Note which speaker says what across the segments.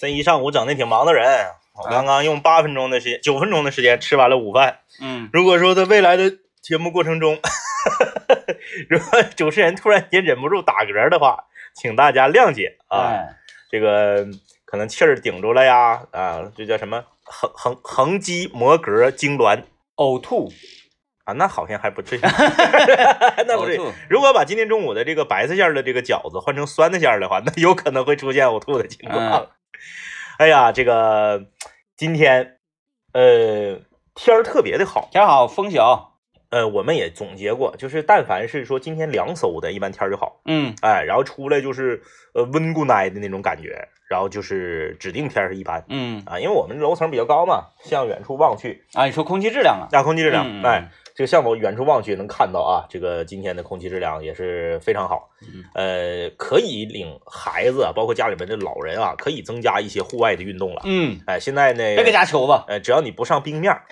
Speaker 1: 这一上午整的挺忙的人，我刚刚用八分钟的时间，九分钟的时间吃完了午饭。
Speaker 2: 嗯，
Speaker 1: 如果说在未来的节目过程中， 如果主持人突然间忍不住打嗝的话，请大家谅解啊。
Speaker 2: 哎，
Speaker 1: 这个可能气儿顶住了呀，啊，这叫什么横横横肌膜膈痉挛
Speaker 2: 呕吐，
Speaker 1: 啊？那好像还不至于， 那不至
Speaker 2: 呕
Speaker 1: 于。
Speaker 2: 吐，
Speaker 1: 如果把今天中午的这个白菜馅儿的这个饺子换成酸的馅儿的话，那有可能会出现呕吐的情况。
Speaker 2: 嗯
Speaker 1: 哎呀，这个今天，呃，天儿特别的好。
Speaker 2: 天儿好，风小，
Speaker 1: 呃，我们也总结过，就是但凡是说今天凉飕的，一般天儿就好。
Speaker 2: 嗯，
Speaker 1: 哎，然后出来就是呃温故奶的那种感觉，然后就是指定天儿是一般
Speaker 2: 嗯，
Speaker 1: 啊，因为我们楼层比较高嘛，向远处望去，
Speaker 2: 啊，你说空气质量啊？
Speaker 1: 大空气质量，
Speaker 2: 嗯
Speaker 1: 哎，，这个向我远处望去能看到啊，这个今天的空气质量也是非常好，
Speaker 2: 嗯
Speaker 1: 呃，可以领孩子啊，包括家里面的老人啊，可以增加一些户外的运动了。
Speaker 2: 嗯，
Speaker 1: 哎，现在呢，
Speaker 2: 别搁家球吧，
Speaker 1: 呃，只要你不上冰面儿，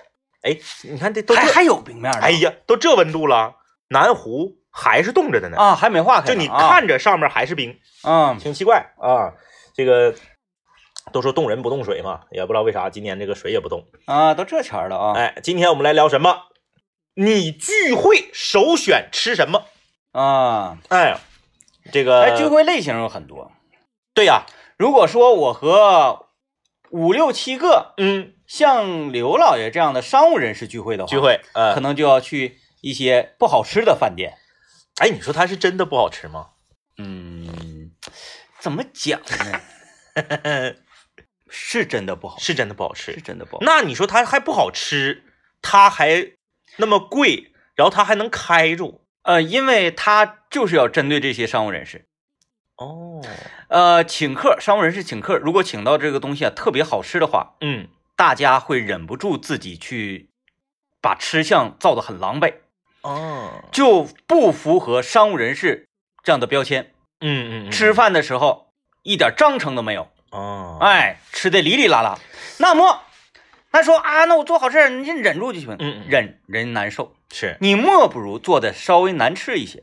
Speaker 1: 哎，你看这都这，
Speaker 2: 还还有冰面呢，
Speaker 1: 哎呀，都这温度了，南湖还是冻着的呢，
Speaker 2: 啊，还没化开呢，
Speaker 1: 就你
Speaker 2: 啊，
Speaker 1: 看着上面还是冰，
Speaker 2: 嗯，
Speaker 1: 挺奇怪啊。这个都说冻人不冻水嘛，也不知道为啥今年这个水也不冻。
Speaker 2: 啊，都这钱儿了啊，
Speaker 1: 哎，今天我们来聊什么？你聚会首选吃什么？
Speaker 2: 啊，
Speaker 1: 哎，这个
Speaker 2: 哎，聚会类型有很多。
Speaker 1: 对呀、
Speaker 2: 如果说我和五六七个
Speaker 1: 嗯，
Speaker 2: 像刘老爷这样的商务人士聚会的话，
Speaker 1: 聚会，
Speaker 2: 可
Speaker 1: 呃，
Speaker 2: 能就要去一些不好吃的饭店。
Speaker 1: 哎，你说它是真的不好吃吗？
Speaker 2: 嗯，怎么讲呢？ 是真的不好，
Speaker 1: 是真的不好
Speaker 2: 是
Speaker 1: 吃。
Speaker 2: 真的不好。
Speaker 1: 那你说它还不好吃，它还那么贵，然后它还能开住？
Speaker 2: 呃，因为他就是要针对这些商务人士，
Speaker 1: 哦，
Speaker 2: 呃，请客，商务人士请客，如果请到这个东西啊特别好吃的话，
Speaker 1: 嗯，
Speaker 2: 大家会忍不住自己去把吃相造得很狼狈。
Speaker 1: 哦，
Speaker 2: 就不符合商务人士这样的标签。
Speaker 1: 嗯嗯，嗯
Speaker 2: 吃，饭的时候一点章程都没有，
Speaker 1: 哦，
Speaker 2: 哎，吃的哩哩啦啦。那么，那说啊，那我做好事儿，你就忍住就行，
Speaker 1: 嗯嗯
Speaker 2: 忍人难受，
Speaker 1: 是，
Speaker 2: 你莫不如做的稍微难吃一些，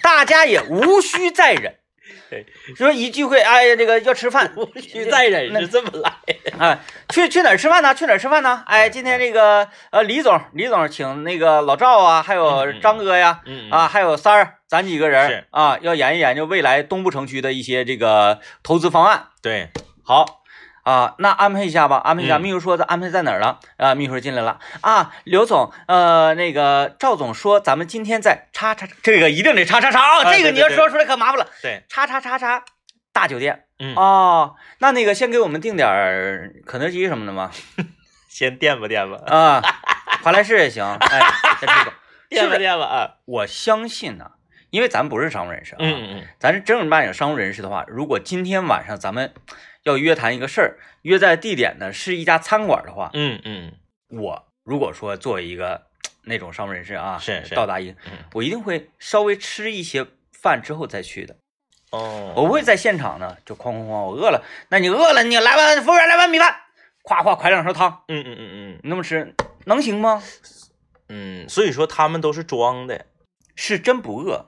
Speaker 2: 大家也无需再忍
Speaker 1: 对。
Speaker 2: 说一聚会，哎呀，这个要吃饭，
Speaker 1: 无需再忍，
Speaker 2: 那
Speaker 1: 是这么来。
Speaker 2: 哎，去去哪儿吃饭呢？去哪儿吃饭呢？哎，今天这个呃，李总，李总请那个老赵啊，还有
Speaker 1: 嗯嗯
Speaker 2: 张哥呀，
Speaker 1: 嗯
Speaker 2: 啊，，还有三儿，咱几个人
Speaker 1: 是
Speaker 2: 啊，要研究研究未来东部城区的一些这个投资方案。
Speaker 1: 对，
Speaker 2: 好啊，那安排一下吧，安排一下。
Speaker 1: 嗯
Speaker 2: 秘书说咱安排在哪儿了？啊，秘书进来了啊，刘总，呃，那个赵总说咱们今天在叉叉，这个一定得叉叉叉啊，
Speaker 1: 哎
Speaker 2: 这个
Speaker 1: 对
Speaker 2: 你要
Speaker 1: 对
Speaker 2: 说出来可麻烦了，
Speaker 1: 对，
Speaker 2: 叉叉叉叉大酒店。
Speaker 1: 嗯
Speaker 2: 哦，那那个先给我们订点儿肯德基什么的嘛，
Speaker 1: 先垫吧垫吧，
Speaker 2: 啊，华莱士也行，哎，先吃口。
Speaker 1: 垫吧垫吧啊。
Speaker 2: 我相信呢、因为咱不是商务人士啊，
Speaker 1: 嗯嗯
Speaker 2: 咱是正儿八经商务人士的话，如果今天晚上咱们要约谈一个事儿，约在地点呢是一家餐馆的话，
Speaker 1: 嗯嗯
Speaker 2: 我如果说作为一个那种商务人士啊，
Speaker 1: 是是
Speaker 2: 到达一个，
Speaker 1: 嗯，
Speaker 2: 我一定会稍微吃一些饭之后再去的，
Speaker 1: 哦，
Speaker 2: 我不会在现场呢就哐哐哐，我饿了，那你饿了你来碗服务员来碗米饭，夸夸㧟两勺汤，
Speaker 1: 嗯嗯嗯
Speaker 2: 你那么吃能行吗？
Speaker 1: 嗯嗯，所以说他们都是装的
Speaker 2: 是真不饿，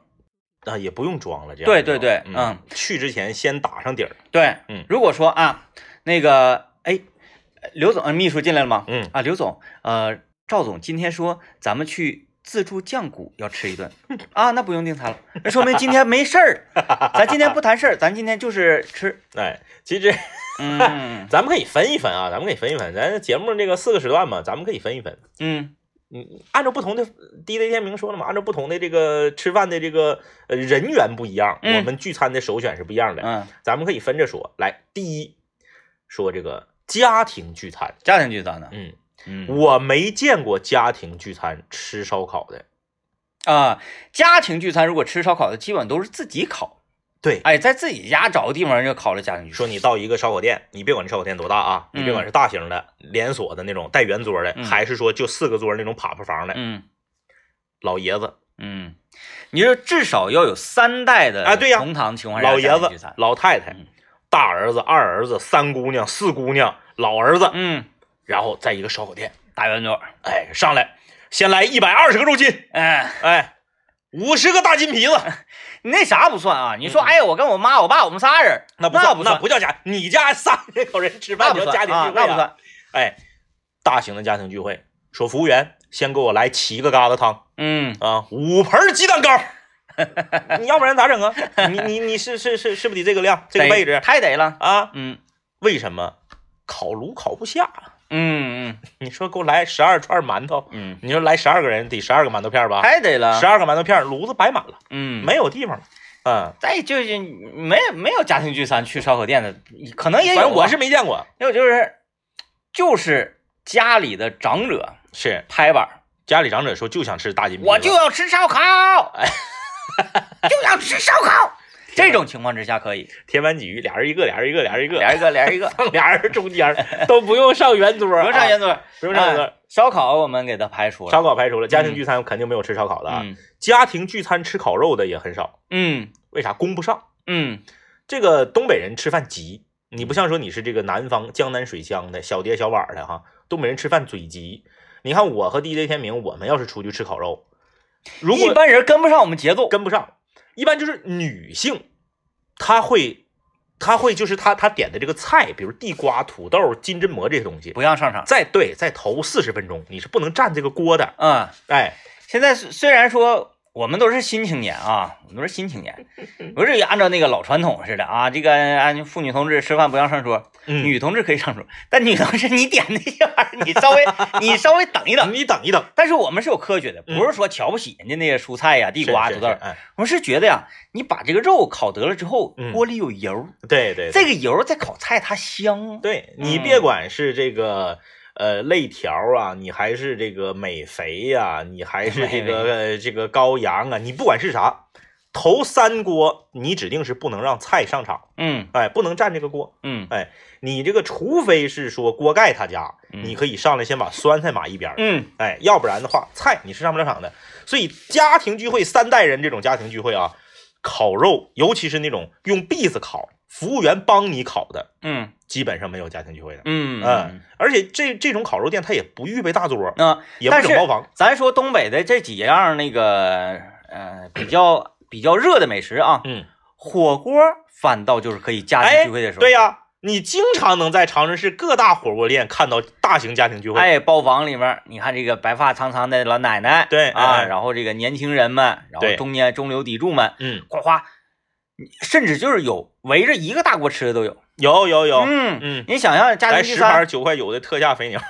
Speaker 1: 啊，也不用装了，这样
Speaker 2: 对
Speaker 1: 就
Speaker 2: 对对
Speaker 1: 嗯，去之前先打上底儿，
Speaker 2: 对，
Speaker 1: 嗯
Speaker 2: 如果说啊，那个，哎，刘总，呃秘书进来了吗？
Speaker 1: 嗯
Speaker 2: 啊，刘总，呃，赵总今天说咱们去自助酱骨要吃一顿啊，那不用订餐了，那说明今天没事儿，咱今天不谈事儿，咱今天就是吃，
Speaker 1: 哎，其实
Speaker 2: 嗯
Speaker 1: 咱们可以分一分啊，咱们可以分一分，咱节目这个四个时段嘛，咱们可以分一分，
Speaker 2: 嗯
Speaker 1: 嗯，按照不同的第一天明说了嘛，按照不同的这个吃饭的这个呃人员不一样，
Speaker 2: 嗯
Speaker 1: 我们聚餐的首选是不一样的，
Speaker 2: 嗯，
Speaker 1: 咱们可以分着说，来，第一说这个家庭聚餐，
Speaker 2: 家庭聚餐呢，
Speaker 1: 嗯，
Speaker 2: 嗯
Speaker 1: 我没见过家庭聚餐吃烧烤的，
Speaker 2: 啊，家庭聚餐如果吃烧烤的，基本都是自己烤，
Speaker 1: 对，
Speaker 2: 哎，在自己家找个地方就烤了家庭聚餐，
Speaker 1: 说你到一个烧烤店，你别管这烧烤店多大啊，
Speaker 2: 嗯
Speaker 1: 你别管是大型的、连锁的那种带圆桌的，
Speaker 2: 嗯
Speaker 1: 还是说就四个桌那种爬爬房的、
Speaker 2: 嗯。
Speaker 1: 老爷子、
Speaker 2: 嗯，你说至少要有三代的
Speaker 1: 啊对呀
Speaker 2: 同堂情况下
Speaker 1: 老爷
Speaker 2: 家庭聚
Speaker 1: 子
Speaker 2: 餐、
Speaker 1: 老太太、
Speaker 2: 嗯
Speaker 1: 大儿子、二儿子、三姑娘、四姑娘、老儿子，
Speaker 2: 嗯，
Speaker 1: 然后在一个烧烤店，
Speaker 2: 大圆桌，
Speaker 1: 哎，上来先来一百二十个肉筋，
Speaker 2: 哎，
Speaker 1: 哎，五十个大金 皮子，
Speaker 2: 你那啥不算啊？你说，
Speaker 1: 嗯嗯
Speaker 2: 哎，我跟我妈、我爸，我们仨人，
Speaker 1: 那不
Speaker 2: 那
Speaker 1: 算，
Speaker 2: 不
Speaker 1: 那
Speaker 2: 算，
Speaker 1: 不叫家，你家 三十口人吃饭
Speaker 2: 不
Speaker 1: 叫
Speaker 2: 算
Speaker 1: 家庭
Speaker 2: 啊
Speaker 1: 聚会
Speaker 2: 那不
Speaker 1: 啊？
Speaker 2: 算。
Speaker 1: 哎，大型的家庭聚会，说服务员先给我来七个疙瘩汤
Speaker 2: 嗯，
Speaker 1: 啊，五盆鸡蛋糕， 你要不然咋整啊？你你你是是是是不是得这个量这个
Speaker 2: 得
Speaker 1: 位置
Speaker 2: 太得了。
Speaker 1: 啊？
Speaker 2: 嗯
Speaker 1: 为什么烤炉烤不下？
Speaker 2: 嗯
Speaker 1: 你说给我来十二串馒头，
Speaker 2: 嗯
Speaker 1: 你说来十二个人得十二个馒头片儿
Speaker 2: 嗯，
Speaker 1: 吧？
Speaker 2: 太得了
Speaker 1: 十。二个馒头片儿，炉子摆满了，
Speaker 2: 嗯，
Speaker 1: 没有地方了。嗯，
Speaker 2: 再就是没有没有家庭聚餐去烧烤店的，可能也
Speaker 1: 反
Speaker 2: 有啊。
Speaker 1: 正我是没见过，
Speaker 2: 还有就是就是家里的长者
Speaker 1: 是
Speaker 2: 拍板儿，
Speaker 1: 家里长者说就想吃大金皮子，
Speaker 2: 我就要吃烧烤，就要吃烧烤。这种情况之下可以，
Speaker 1: 铁板鲫鱼，俩人一个，俩人一个，俩人一个，
Speaker 2: 连一个连一个，
Speaker 1: 放 俩人中 间儿都不用上圆桌，
Speaker 2: 不用上哎
Speaker 1: 啊
Speaker 2: 原，则，
Speaker 1: 不用上圆桌。
Speaker 2: 烧烤我们给它排除了。
Speaker 1: 烧烤排除了，家庭聚餐肯定没有吃烧烤的啊。
Speaker 2: 嗯
Speaker 1: 家庭聚餐吃烤肉的也很少，
Speaker 2: 嗯
Speaker 1: 为啥？供不上。
Speaker 2: 嗯
Speaker 1: 这个东北人吃饭急，你不像说你是这个南方江南水乡的小碟小碗的哈，东北人吃饭嘴急。你看我和 DJ 天明，我们要是出去吃烤肉，如
Speaker 2: 一
Speaker 1: 果
Speaker 2: 般人跟不上我们节奏。
Speaker 1: 跟不上，一般就是女性，她会，她会就是她她点的这个菜，比如地瓜、土豆、金针蘑这些东西，
Speaker 2: 不让上场。
Speaker 1: 再对再投四十分钟，你是不能占这个锅的。
Speaker 2: 嗯，
Speaker 1: 哎，
Speaker 2: 现在虽虽然说我们都是新青年啊，我们都是新青年，不是按照那个老传统似的啊，这个按妇女同志吃饭不让上桌，
Speaker 1: 嗯，
Speaker 2: 女同志可以上桌，但女同志你点那些玩意儿，你稍 微你稍微等一等。
Speaker 1: 你等一等，
Speaker 2: 但是我们是有科学的，
Speaker 1: 嗯
Speaker 2: 不是说瞧不起人家那些蔬菜呀、地瓜、
Speaker 1: 是是
Speaker 2: 土豆
Speaker 1: 是
Speaker 2: 儿，
Speaker 1: 哎，
Speaker 2: 我们是觉得呀，你把这个肉烤得了之后
Speaker 1: 嗯，
Speaker 2: 锅里有油儿，
Speaker 1: 对对，
Speaker 2: 这
Speaker 1: 个
Speaker 2: 个油儿再烤菜它香。
Speaker 1: 对你
Speaker 2: 嗯
Speaker 1: 别管是这个。呃，肋条啊，你还是这个美肥呀、你还是这 个、呃这个羔羊啊，你不管是啥，头三锅你指定是不能让菜上场，
Speaker 2: 嗯
Speaker 1: 哎，不能占这个锅。
Speaker 2: 嗯
Speaker 1: 你这个除非是说锅盖他家，
Speaker 2: 嗯
Speaker 1: 你可以上来先把酸菜码一边儿，
Speaker 2: 嗯
Speaker 1: 哎，要不然的话菜你是上不了场的。所以家庭聚会三代人这种家庭聚会啊，烤肉，尤其是那种用篦子烤，服务员帮你烤的，
Speaker 2: 嗯
Speaker 1: 基本上没有家庭聚会的。
Speaker 2: 嗯
Speaker 1: 嗯。而且这这种烤肉店它也不预备大桌，
Speaker 2: 那、
Speaker 1: 也不
Speaker 2: 但是
Speaker 1: 整包房，
Speaker 2: 咱说东北的这几样那个呃比较比较热的美食啊，
Speaker 1: 嗯，
Speaker 2: 火锅反倒就是可以家
Speaker 1: 哎
Speaker 2: 庭聚会的时候，
Speaker 1: 对、呀、你经常能在长春市各大火锅店看到大型家庭聚会，
Speaker 2: 哎，包房里面你看这个白发苍苍的老奶奶，
Speaker 1: 对
Speaker 2: 啊，
Speaker 1: 嗯
Speaker 2: 然后这个年轻人们，然后
Speaker 1: 对
Speaker 2: 中年中流砥柱们，
Speaker 1: 嗯，
Speaker 2: 哗哗，甚至就是有围着一个大锅吃的都有，
Speaker 1: 有有有，
Speaker 2: 嗯。
Speaker 1: 嗯，
Speaker 2: 你想想，家
Speaker 1: 来
Speaker 2: 庭聚
Speaker 1: 十盘
Speaker 2: 餐，
Speaker 1: 九块九的特价肥 牛，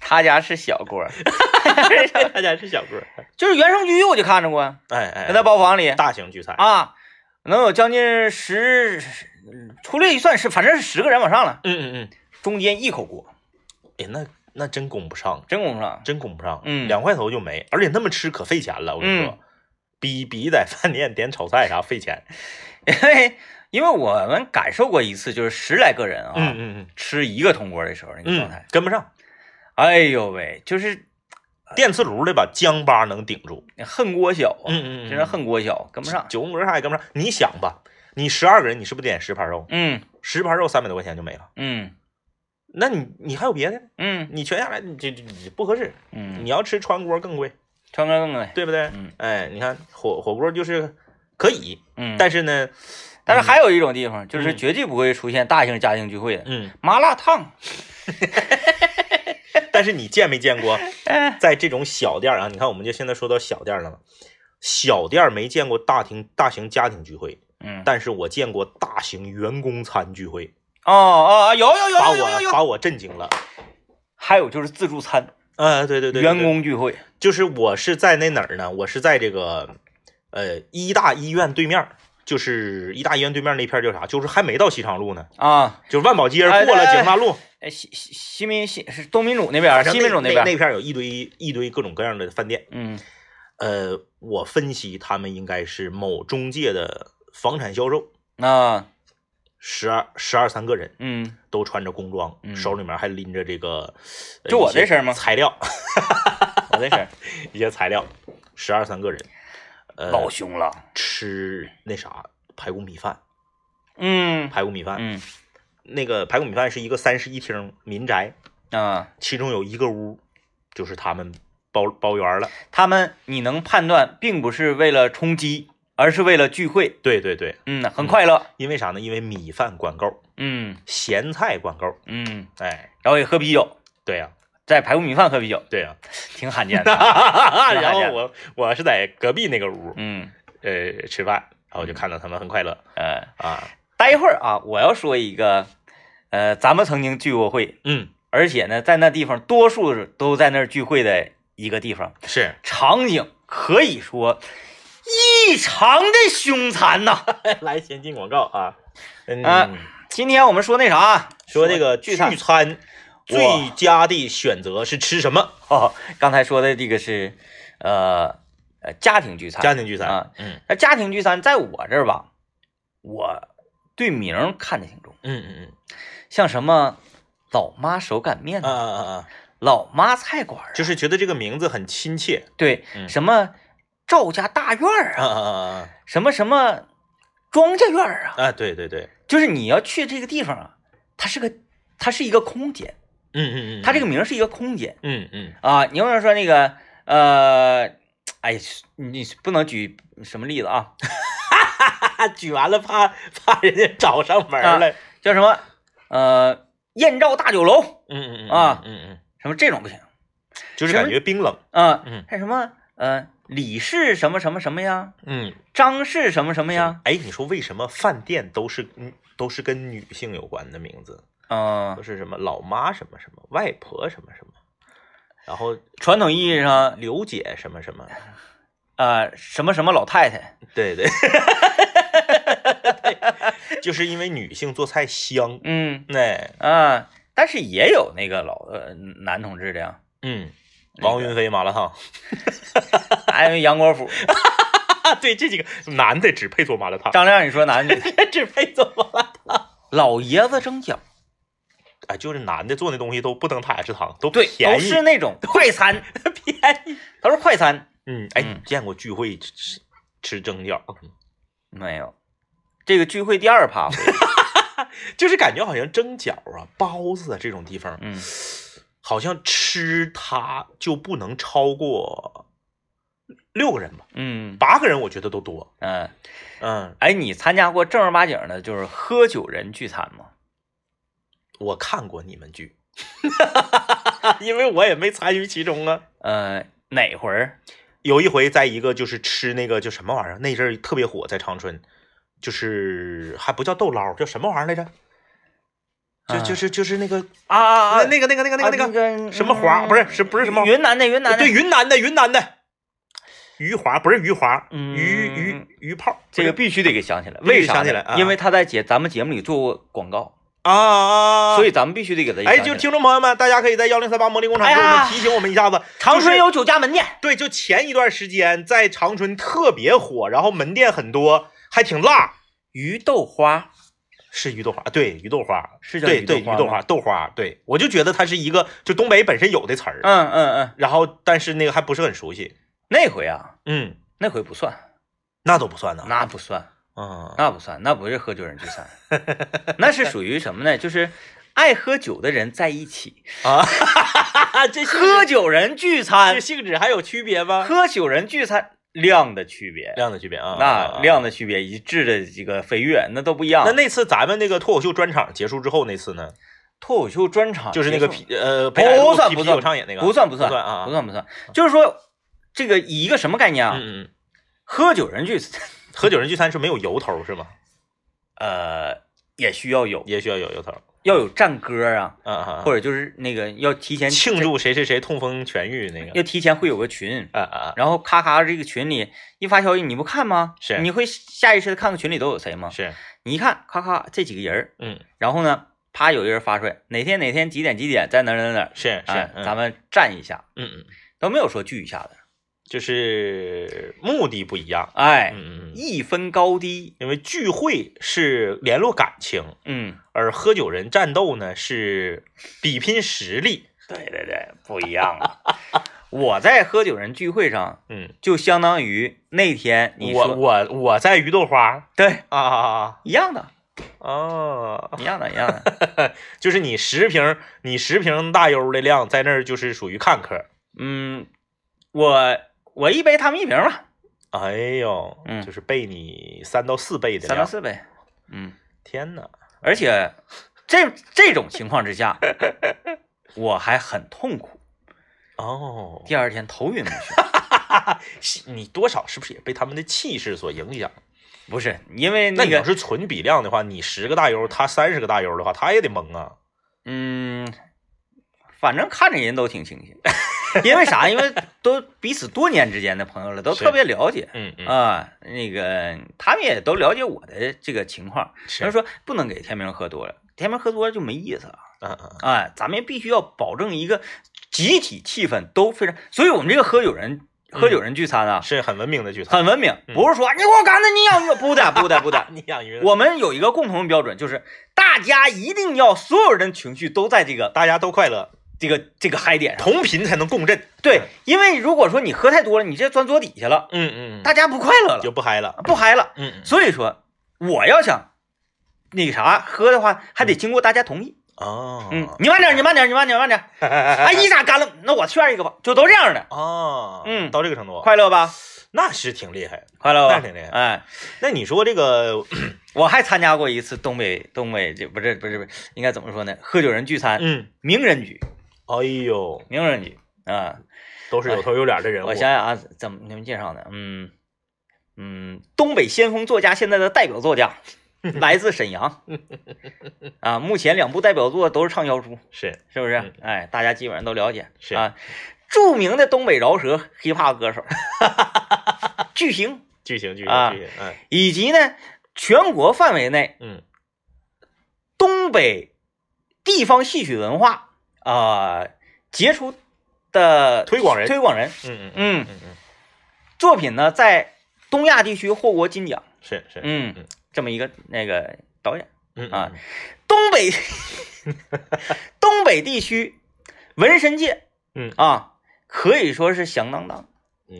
Speaker 2: 他家是小锅，
Speaker 1: 大家是小哥，
Speaker 2: 就是袁胜居我就看着过，
Speaker 1: 哎哎，
Speaker 2: 在包房里，
Speaker 1: 大型聚餐，
Speaker 2: 啊，能有将近十，嗯粗略一算是，反正是十个人往上了。
Speaker 1: 嗯嗯嗯，
Speaker 2: 中间一口锅，
Speaker 1: 哎，那那真供不上，啊
Speaker 2: 真供不上。
Speaker 1: 真供不上，
Speaker 2: 嗯
Speaker 1: 两块头就没，而且那么吃可费钱了，我跟你说，比比在饭店点炒菜啥费钱，
Speaker 2: 因为因为我们感受过一次，就是十来个人啊，
Speaker 1: 嗯嗯
Speaker 2: 吃一个铜锅的时候那个
Speaker 1: 嗯
Speaker 2: 状态
Speaker 1: 嗯，，跟不上，
Speaker 2: 哎呦喂，就是
Speaker 1: 电磁炉的吧，姜巴能顶住，
Speaker 2: 恨锅小啊，
Speaker 1: 嗯嗯嗯，
Speaker 2: 真是恨锅小，跟不上。
Speaker 1: 九宫格啥也跟不上，你想吧，你十二个人，你是不是得点十盘肉？
Speaker 2: 嗯
Speaker 1: 十盘肉三百多块钱就没了，
Speaker 2: 嗯
Speaker 1: 那你你还有别的呢？
Speaker 2: 嗯
Speaker 1: 你全下来你这这这不合适，
Speaker 2: 嗯，
Speaker 1: 你要吃川锅更贵，
Speaker 2: 川哥更爱。
Speaker 1: 对不对？
Speaker 2: 嗯
Speaker 1: 哎，你看火火锅就是可以，
Speaker 2: 嗯，
Speaker 1: 但是呢，
Speaker 2: 但是还有一种地方，就是
Speaker 1: 嗯
Speaker 2: 绝对不会出现大型家庭聚会的
Speaker 1: 嗯，
Speaker 2: 麻辣烫。嗯
Speaker 1: 但是你见没见过？
Speaker 2: 哎，
Speaker 1: 在这种小店儿啊，你看我们就现在说到小店儿了嘛，小店儿没见过大庭大型家庭聚会，
Speaker 2: 嗯，
Speaker 1: 但是我见过大型员工餐聚会，
Speaker 2: 哦哦，有有有
Speaker 1: 把
Speaker 2: 有有有
Speaker 1: 我
Speaker 2: 有。
Speaker 1: 把我震惊了。
Speaker 2: 还有就是自助餐。
Speaker 1: 呃，对对对对
Speaker 2: 员
Speaker 1: 对
Speaker 2: 工聚会。
Speaker 1: 就是我是在那哪儿呢？我是在这个呃医大医院对面儿，就是医大医院对面那片儿叫啥？就是还没到西昌路呢，
Speaker 2: 啊，
Speaker 1: 就是万宝街
Speaker 2: 哎
Speaker 1: 过了
Speaker 2: 哎哎
Speaker 1: 景大路，
Speaker 2: 呃西西西民西是东民主那边儿，
Speaker 1: 反正
Speaker 2: 西民主
Speaker 1: 那
Speaker 2: 边
Speaker 1: 那
Speaker 2: 儿，
Speaker 1: 片儿有一堆一堆各种各样的饭店。
Speaker 2: 嗯
Speaker 1: 呃，我分析他们应该是某中介的房产销售。
Speaker 2: 啊
Speaker 1: 十二十二三个人
Speaker 2: 嗯，
Speaker 1: 都穿着工装，
Speaker 2: 嗯
Speaker 1: 手里面还拎着这个，呃
Speaker 2: 就我
Speaker 1: 一些
Speaker 2: 这身儿吗
Speaker 1: 材料，
Speaker 2: 我这是
Speaker 1: 一些材料，十二三个人，呃，
Speaker 2: 老凶了，
Speaker 1: 吃那啥排骨米饭，
Speaker 2: 嗯
Speaker 1: 排骨米饭，
Speaker 2: 嗯
Speaker 1: 那个排骨米饭是一个三室一厅民宅，
Speaker 2: 啊
Speaker 1: 其中有一个屋就是他们包包圆了。
Speaker 2: 他们你能判断，并不是为了充饥，而是为了聚会，
Speaker 1: 对对对，
Speaker 2: 嗯，很快乐，
Speaker 1: 因为啥呢？因为米饭管够，
Speaker 2: 嗯
Speaker 1: 咸菜管够。
Speaker 2: 嗯，
Speaker 1: 哎，
Speaker 2: 然后也喝啤酒，
Speaker 1: 对呀、
Speaker 2: 在排骨米饭喝啤酒，
Speaker 1: 对呀、
Speaker 2: 挺罕见的，
Speaker 1: 然后我我是在隔壁那个屋，
Speaker 2: 嗯
Speaker 1: 呃，吃饭，然后就看到他们很快乐
Speaker 2: 呃，
Speaker 1: 啊，
Speaker 2: 待一会儿啊，我要说一个，呃，咱们曾经聚过会，
Speaker 1: 嗯，
Speaker 2: 而且呢，在那地方多数都在那儿聚会的一个地方，
Speaker 1: 是，
Speaker 2: 场景可以说异常的凶残呐、
Speaker 1: 来先进广告啊，嗯，
Speaker 2: 啊今天我们说那啥，
Speaker 1: 说这个
Speaker 2: 聚
Speaker 1: 聚
Speaker 2: 餐
Speaker 1: 餐最佳的选择是吃什么？
Speaker 2: 哦，刚才说的这个是，呃呃，家庭聚餐。
Speaker 1: 家庭聚餐
Speaker 2: 啊，
Speaker 1: 嗯
Speaker 2: 那家庭聚餐在我这儿吧，我对名儿看得挺重，
Speaker 1: 嗯嗯
Speaker 2: 像什么老妈手擀面
Speaker 1: 嗯，啊
Speaker 2: 呐、
Speaker 1: 啊啊啊，
Speaker 2: 老妈菜馆儿啊，
Speaker 1: 就是觉得这个名字很亲切，
Speaker 2: 对、
Speaker 1: 嗯
Speaker 2: 什么赵家大院儿
Speaker 1: 啊
Speaker 2: 啊，
Speaker 1: 啊 啊
Speaker 2: 什么什么庄稼院儿啊
Speaker 1: 啊，，啊，对对对，
Speaker 2: 就是你要去这个地方啊，它是个它是一个空间，
Speaker 1: 嗯嗯嗯，
Speaker 2: 它这个名儿是一个空间
Speaker 1: 嗯嗯
Speaker 2: 啊。你要是说那个呃，哎，你不能举什么例子啊？
Speaker 1: 啊， 举完了怕怕人家找上门
Speaker 2: 啊
Speaker 1: 来，
Speaker 2: 叫什么呃燕赵大酒楼
Speaker 1: 嗯嗯嗯
Speaker 2: 啊
Speaker 1: 嗯嗯，
Speaker 2: 什么这种不行
Speaker 1: 就是
Speaker 2: 什么
Speaker 1: 感觉冰冷，
Speaker 2: 啊。
Speaker 1: 嗯
Speaker 2: 还有什么呃李氏什么什么什么呀，
Speaker 1: 嗯，
Speaker 2: 张氏什么什么呀？
Speaker 1: 哎，你说为什么饭店都是嗯都是跟女性有关的名字，
Speaker 2: 嗯、
Speaker 1: 都是什么老妈什么什么，外婆什么什么，然后
Speaker 2: 传统意义上
Speaker 1: 刘姐什么什 么，
Speaker 2: 呃什么什么老太太，
Speaker 1: 对 对，就是因为女性做菜香，
Speaker 2: 嗯
Speaker 1: 哎，
Speaker 2: 啊、但是也有那个老呃男同志的呀，
Speaker 1: 嗯，
Speaker 2: 那
Speaker 1: 王云飞麻辣烫
Speaker 2: 还有杨国福。
Speaker 1: 啊， 对，这几个男的只配做麻辣烫，
Speaker 2: 张亮，你说男的
Speaker 1: 只配做麻辣烫，
Speaker 2: 老爷子蒸饺，
Speaker 1: 啊，就是男的做那东西都不登塔雅食堂，都
Speaker 2: 对，
Speaker 1: 便
Speaker 2: 都
Speaker 1: 宜，
Speaker 2: 是 那种快餐，
Speaker 1: 便宜，
Speaker 2: 都是快餐。
Speaker 1: 嗯，哎，
Speaker 2: 嗯
Speaker 1: 你见过聚会吃吃吃蒸饺吗？
Speaker 2: 没有，这个聚会第二趴，
Speaker 1: 就是感觉好像蒸饺啊、包子啊这种地方，
Speaker 2: 嗯，
Speaker 1: 好像吃它就不能超过六个人吧，
Speaker 2: 嗯
Speaker 1: 八个人我觉得都多。
Speaker 2: 嗯，
Speaker 1: 嗯，
Speaker 2: 哎，你参加过正儿八经的，就是喝酒人聚餐吗？
Speaker 1: 我看过你们剧， 因为我也没参与其中啊。
Speaker 2: 呃，哪回儿？
Speaker 1: 有一回，在一个就是吃那个叫什么玩意儿，那阵儿特别火，在长春，就是还不叫豆捞，叫什么玩意儿来着？就
Speaker 2: 啊
Speaker 1: 就是就是那个
Speaker 2: 啊啊
Speaker 1: 啊，那个那个那个那个那个
Speaker 2: 个嗯
Speaker 1: 什么华不是是不是什么
Speaker 2: 云南的云南的
Speaker 1: 对，云南的云南的鱼滑不是鱼滑，
Speaker 2: 嗯
Speaker 1: 鱼鱼鱼泡
Speaker 2: 这个必须得给想起来，
Speaker 1: 必须
Speaker 2: 为啥呢？
Speaker 1: 想起来啊
Speaker 2: 因为他在节咱们节目里做过广告，
Speaker 1: 啊啊，
Speaker 2: 所以咱们必须得给他
Speaker 1: 哎，
Speaker 2: 想起
Speaker 1: 就
Speaker 2: 来
Speaker 1: 听众朋友们，大家可以在幺零三八魔力工厂
Speaker 2: 哎
Speaker 1: 给我
Speaker 2: 呀
Speaker 1: 们提醒我们一下子，
Speaker 2: 长
Speaker 1: 就是
Speaker 2: 春有酒家门店，
Speaker 1: 对，就前一段时间在长春特别火，然后门店很多，还挺辣，
Speaker 2: 鱼豆花
Speaker 1: 是鱼豆花，对，鱼豆花，
Speaker 2: 是叫
Speaker 1: 对对，
Speaker 2: 鱼
Speaker 1: 鱼
Speaker 2: 豆
Speaker 1: 豆
Speaker 2: 花
Speaker 1: 花
Speaker 2: 吗，
Speaker 1: 豆花，对，我就觉得它是一个就东北本身有的词儿，
Speaker 2: 嗯嗯嗯，
Speaker 1: 然后但是那个还不是很熟悉，
Speaker 2: 那回啊，
Speaker 1: 嗯，
Speaker 2: 那回不算，
Speaker 1: 那都不算呢，
Speaker 2: 那不啊算，
Speaker 1: 嗯
Speaker 2: 那不算，那不是喝酒人聚餐，那是属于什么呢？就是爱喝酒的人在一起，
Speaker 1: 啊，这性质
Speaker 2: 喝酒人聚餐
Speaker 1: 这，性质还有区别吗？
Speaker 2: 喝酒人聚餐 量的区别，
Speaker 1: 量的区别啊，啊
Speaker 2: 那
Speaker 1: 啊
Speaker 2: 量的区别一致的这个飞跃，那都不一样。
Speaker 1: 那那次咱们那个脱口秀专场结束之后那次呢，
Speaker 2: 脱口秀专场
Speaker 1: 就是那个
Speaker 2: 啊结束
Speaker 1: 皮呃
Speaker 2: 不
Speaker 1: 北海路
Speaker 2: 算
Speaker 1: 皮
Speaker 2: 不
Speaker 1: 皮
Speaker 2: 算
Speaker 1: 有畅演那个，
Speaker 2: 不算不算
Speaker 1: 不算啊，
Speaker 2: 不算不算，就是说这个以一个什么概念啊？
Speaker 1: 嗯嗯嗯，
Speaker 2: 喝酒人聚餐，
Speaker 1: 喝酒人聚餐是没有由头是吗？
Speaker 2: 呃，也需要有
Speaker 1: 也需要有由头，
Speaker 2: 要有战歌啊，
Speaker 1: 嗯嗯，嗯
Speaker 2: 或者就是那个要提前
Speaker 1: 庆祝谁谁谁痛风痊愈那 个，
Speaker 2: 要提前会有个群，
Speaker 1: 啊啊啊，
Speaker 2: 然后咔咔这个群里一发消息，你不看吗？
Speaker 1: 是
Speaker 2: 你会下意识的看看群里都有谁吗？
Speaker 1: 是，
Speaker 2: 你一看，咔咔这几个人儿，
Speaker 1: 嗯，
Speaker 2: 然后呢，啪有一个人发出来，哪天哪天几点几点在哪儿哪儿哪儿，
Speaker 1: 是是，
Speaker 2: 哎
Speaker 1: 嗯
Speaker 2: 咱们站一下，
Speaker 1: 嗯嗯，
Speaker 2: 都没有说聚一下的，
Speaker 1: 就是目的不一样，
Speaker 2: 哎，
Speaker 1: 嗯嗯嗯，
Speaker 2: 一分高低，
Speaker 1: 因为聚会是联络感情，
Speaker 2: 嗯，
Speaker 1: 而喝酒人战斗呢是比拼实力，
Speaker 2: 对对对，不一样啊。 我在喝酒人聚会上，
Speaker 1: 嗯，
Speaker 2: 就相当于那天你
Speaker 1: 我
Speaker 2: 说
Speaker 1: 我我在鱼豆花
Speaker 2: 对
Speaker 1: 啊啊啊
Speaker 2: 一样的，
Speaker 1: 啊啊。
Speaker 2: 一样的，一样的，
Speaker 1: 就是你十瓶，你十瓶大优的量在那儿就是属于看客，
Speaker 2: 嗯，我我一杯他们一瓶吧，
Speaker 1: 哎呦，
Speaker 2: 嗯
Speaker 1: 就是倍你三到四倍的
Speaker 2: 三
Speaker 1: 量。
Speaker 2: 到四杯。嗯，
Speaker 1: 天哪！
Speaker 2: 而且这这种情况 之下，我还很痛苦，
Speaker 1: 哦，
Speaker 2: 第二天头晕目眩。
Speaker 1: 是你多少是不是也被他们的气势所影响？啊
Speaker 2: 不是因为
Speaker 1: 那
Speaker 2: 那
Speaker 1: 你要
Speaker 2: 个，
Speaker 1: 是纯比量的话，你十个大优，他三十个大优的话，他也得懵啊。
Speaker 2: 嗯，反正看着人都挺清醒，因为啥？因为都彼此多年之间的朋友了，都
Speaker 1: 是
Speaker 2: 特别了解。
Speaker 1: 嗯嗯，
Speaker 2: 啊，那个他们也都了解我的这个情况，
Speaker 1: 是
Speaker 2: 他说不能给天明喝多了，天明喝多了就没意思了。
Speaker 1: 嗯嗯，
Speaker 2: 哎，咱们必须要保证一个集体气氛都非常，所以我们这个喝酒人
Speaker 1: 嗯
Speaker 2: 喝酒人聚餐啊，
Speaker 1: 是很文明的聚餐。
Speaker 2: 很文明，
Speaker 1: 嗯，
Speaker 2: 不是说你给我干的，你养鱼，不的不的不的
Speaker 1: 你养鱼，
Speaker 2: 我们有一个共同标准，就是大家一定要所有人情绪都在这个
Speaker 1: 大家都快乐，
Speaker 2: 这个这个嗨点上。
Speaker 1: 同频才能共振。
Speaker 2: 对，因为如果说你喝太多了，你这钻桌底下了，
Speaker 1: 嗯嗯，
Speaker 2: 大家不快乐
Speaker 1: 就
Speaker 2: 了，
Speaker 1: 不嗨了。
Speaker 2: 不嗨了。
Speaker 1: 嗯嗯，
Speaker 2: 所以说，我要想那个啥喝的话，还得经过大家同意。
Speaker 1: 嗯哦，
Speaker 2: 嗯，你慢点，你慢点，你慢点，慢点。哎，你咋干了？那我劝一个吧，就都这样的，
Speaker 1: 哦，
Speaker 2: 嗯
Speaker 1: 到这个程度，
Speaker 2: 快乐 吧，
Speaker 1: 那是挺厉害。
Speaker 2: 快乐吧。
Speaker 1: 那挺厉害
Speaker 2: 哎，
Speaker 1: 那你说这个，
Speaker 2: 我还参加过一次东北东北这不是不是不是应该怎么说呢？喝酒人聚餐，
Speaker 1: 嗯，
Speaker 2: 名人局，
Speaker 1: 哎呦，
Speaker 2: 名人局啊。
Speaker 1: 都是有头有脸的人物。
Speaker 2: 我想想啊，怎么你们介绍呢？嗯嗯，东北先锋作家，现在的代表 作家，来自沈阳啊。目前两部代表作都是畅销书。
Speaker 1: 是
Speaker 2: 是不
Speaker 1: 嗯
Speaker 2: 是？哎，大家基本上都了解，
Speaker 1: 是
Speaker 2: 啊，著名的东北饶舌 hiphop 歌手， 巨星，
Speaker 1: 剧情剧
Speaker 2: 啊
Speaker 1: 情剧情，嗯
Speaker 2: 以及呢全国范围内
Speaker 1: 嗯，
Speaker 2: 东北地方戏曲文化啊、杰出的
Speaker 1: 推广人
Speaker 2: 推广人
Speaker 1: 嗯嗯
Speaker 2: 嗯
Speaker 1: 嗯嗯，
Speaker 2: 作品呢，在东亚地区获过金奖，
Speaker 1: 是是，
Speaker 2: 嗯
Speaker 1: 嗯
Speaker 2: 这么一个那个导演，
Speaker 1: 嗯
Speaker 2: 啊
Speaker 1: 嗯
Speaker 2: 东 北东北地区纹身界，
Speaker 1: 嗯
Speaker 2: 啊，可以说是响当当
Speaker 1: 嗯，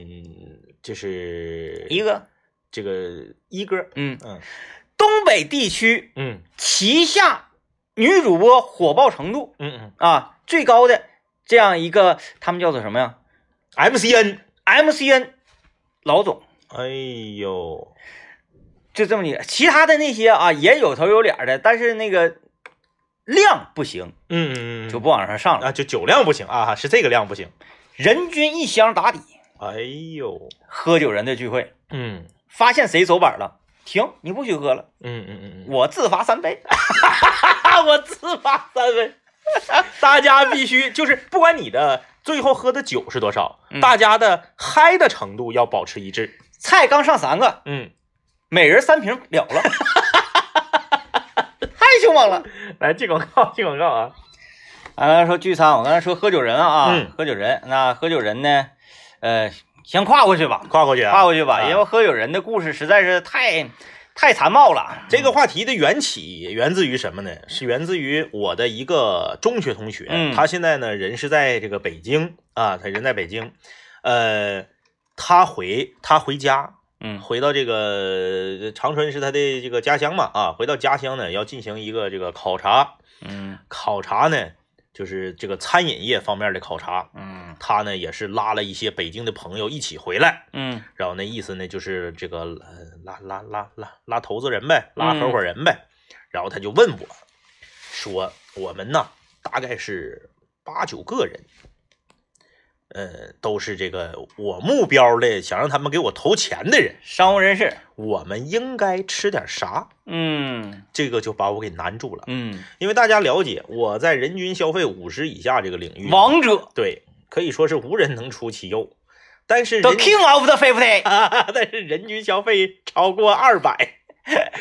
Speaker 1: 就是
Speaker 2: 一个，
Speaker 1: 这个一哥，
Speaker 2: 嗯。
Speaker 1: 嗯
Speaker 2: 东北地区
Speaker 1: 嗯
Speaker 2: 旗下女主播火爆程度
Speaker 1: 嗯嗯
Speaker 2: 啊最高的这样一个，他们叫做什么呀
Speaker 1: ，MCN，
Speaker 2: ？MCN 老总，
Speaker 1: 哎呦，
Speaker 2: 就这么一个。其他的那些啊也有头有脸的，但是那个量不行，
Speaker 1: 嗯嗯嗯，
Speaker 2: 就不往上上了。
Speaker 1: 啊，就酒量不行啊，是这个量不行。
Speaker 2: 人均一箱打底，
Speaker 1: 哎呦，
Speaker 2: 喝酒人的聚会，
Speaker 1: 嗯
Speaker 2: 发现谁走板了。停，你不许喝了，
Speaker 1: 嗯嗯嗯嗯，
Speaker 2: 我自罚三杯。 我自罚三杯，
Speaker 1: 大家必须就是不管你的最后喝的酒是多少，
Speaker 2: 嗯
Speaker 1: 大家的嗨的程度要保持一致。
Speaker 2: 菜刚上三个，
Speaker 1: 嗯，
Speaker 2: 每人三瓶了 了，太凶猛了。
Speaker 1: 来接广告，接广告啊。
Speaker 2: 俺刚才说聚餐，我刚才说喝酒人啊啊，
Speaker 1: 嗯
Speaker 2: 喝酒人。那喝酒人呢，呃，先跨过去吧，
Speaker 1: 跨过去
Speaker 2: 跨
Speaker 1: 啊。
Speaker 2: 过去吧，
Speaker 1: 啊
Speaker 2: 因为喝酒人的故事实在是太太残暴了。
Speaker 1: 这个话题的缘起源自于什么呢？是源自于我的一个中学同学，
Speaker 2: 嗯
Speaker 1: 他现在呢人是在这个北京啊，他人在北京，呃，他回他回家，
Speaker 2: 嗯
Speaker 1: 回到这个长春是他的这个家乡嘛啊，回到家乡呢要进行一个这个考察，
Speaker 2: 嗯
Speaker 1: 考察呢就是这个餐饮业方面的考察，
Speaker 2: 嗯
Speaker 1: 他呢也是拉了一些北京的朋友一起回来，
Speaker 2: 嗯
Speaker 1: 然后那意思呢，就是这个呃拉拉拉拉拉投资人呗，拉合伙人呗。然后他就问我，说我们呢大概是八九个人，呃，都是这个我目标的想让他们给我投钱的人，
Speaker 2: 商务人士，
Speaker 1: 我们应该吃点啥？
Speaker 2: 嗯
Speaker 1: 这个就把我给难住了，
Speaker 2: 嗯，
Speaker 1: 因为大家了解我在人均消费五十以下这个领域，
Speaker 2: 王者
Speaker 1: 对，可以说是无人能出其右。但是
Speaker 2: ，the
Speaker 1: 人。
Speaker 2: king of the fifty，
Speaker 1: 啊， 但是人均消费超过二百，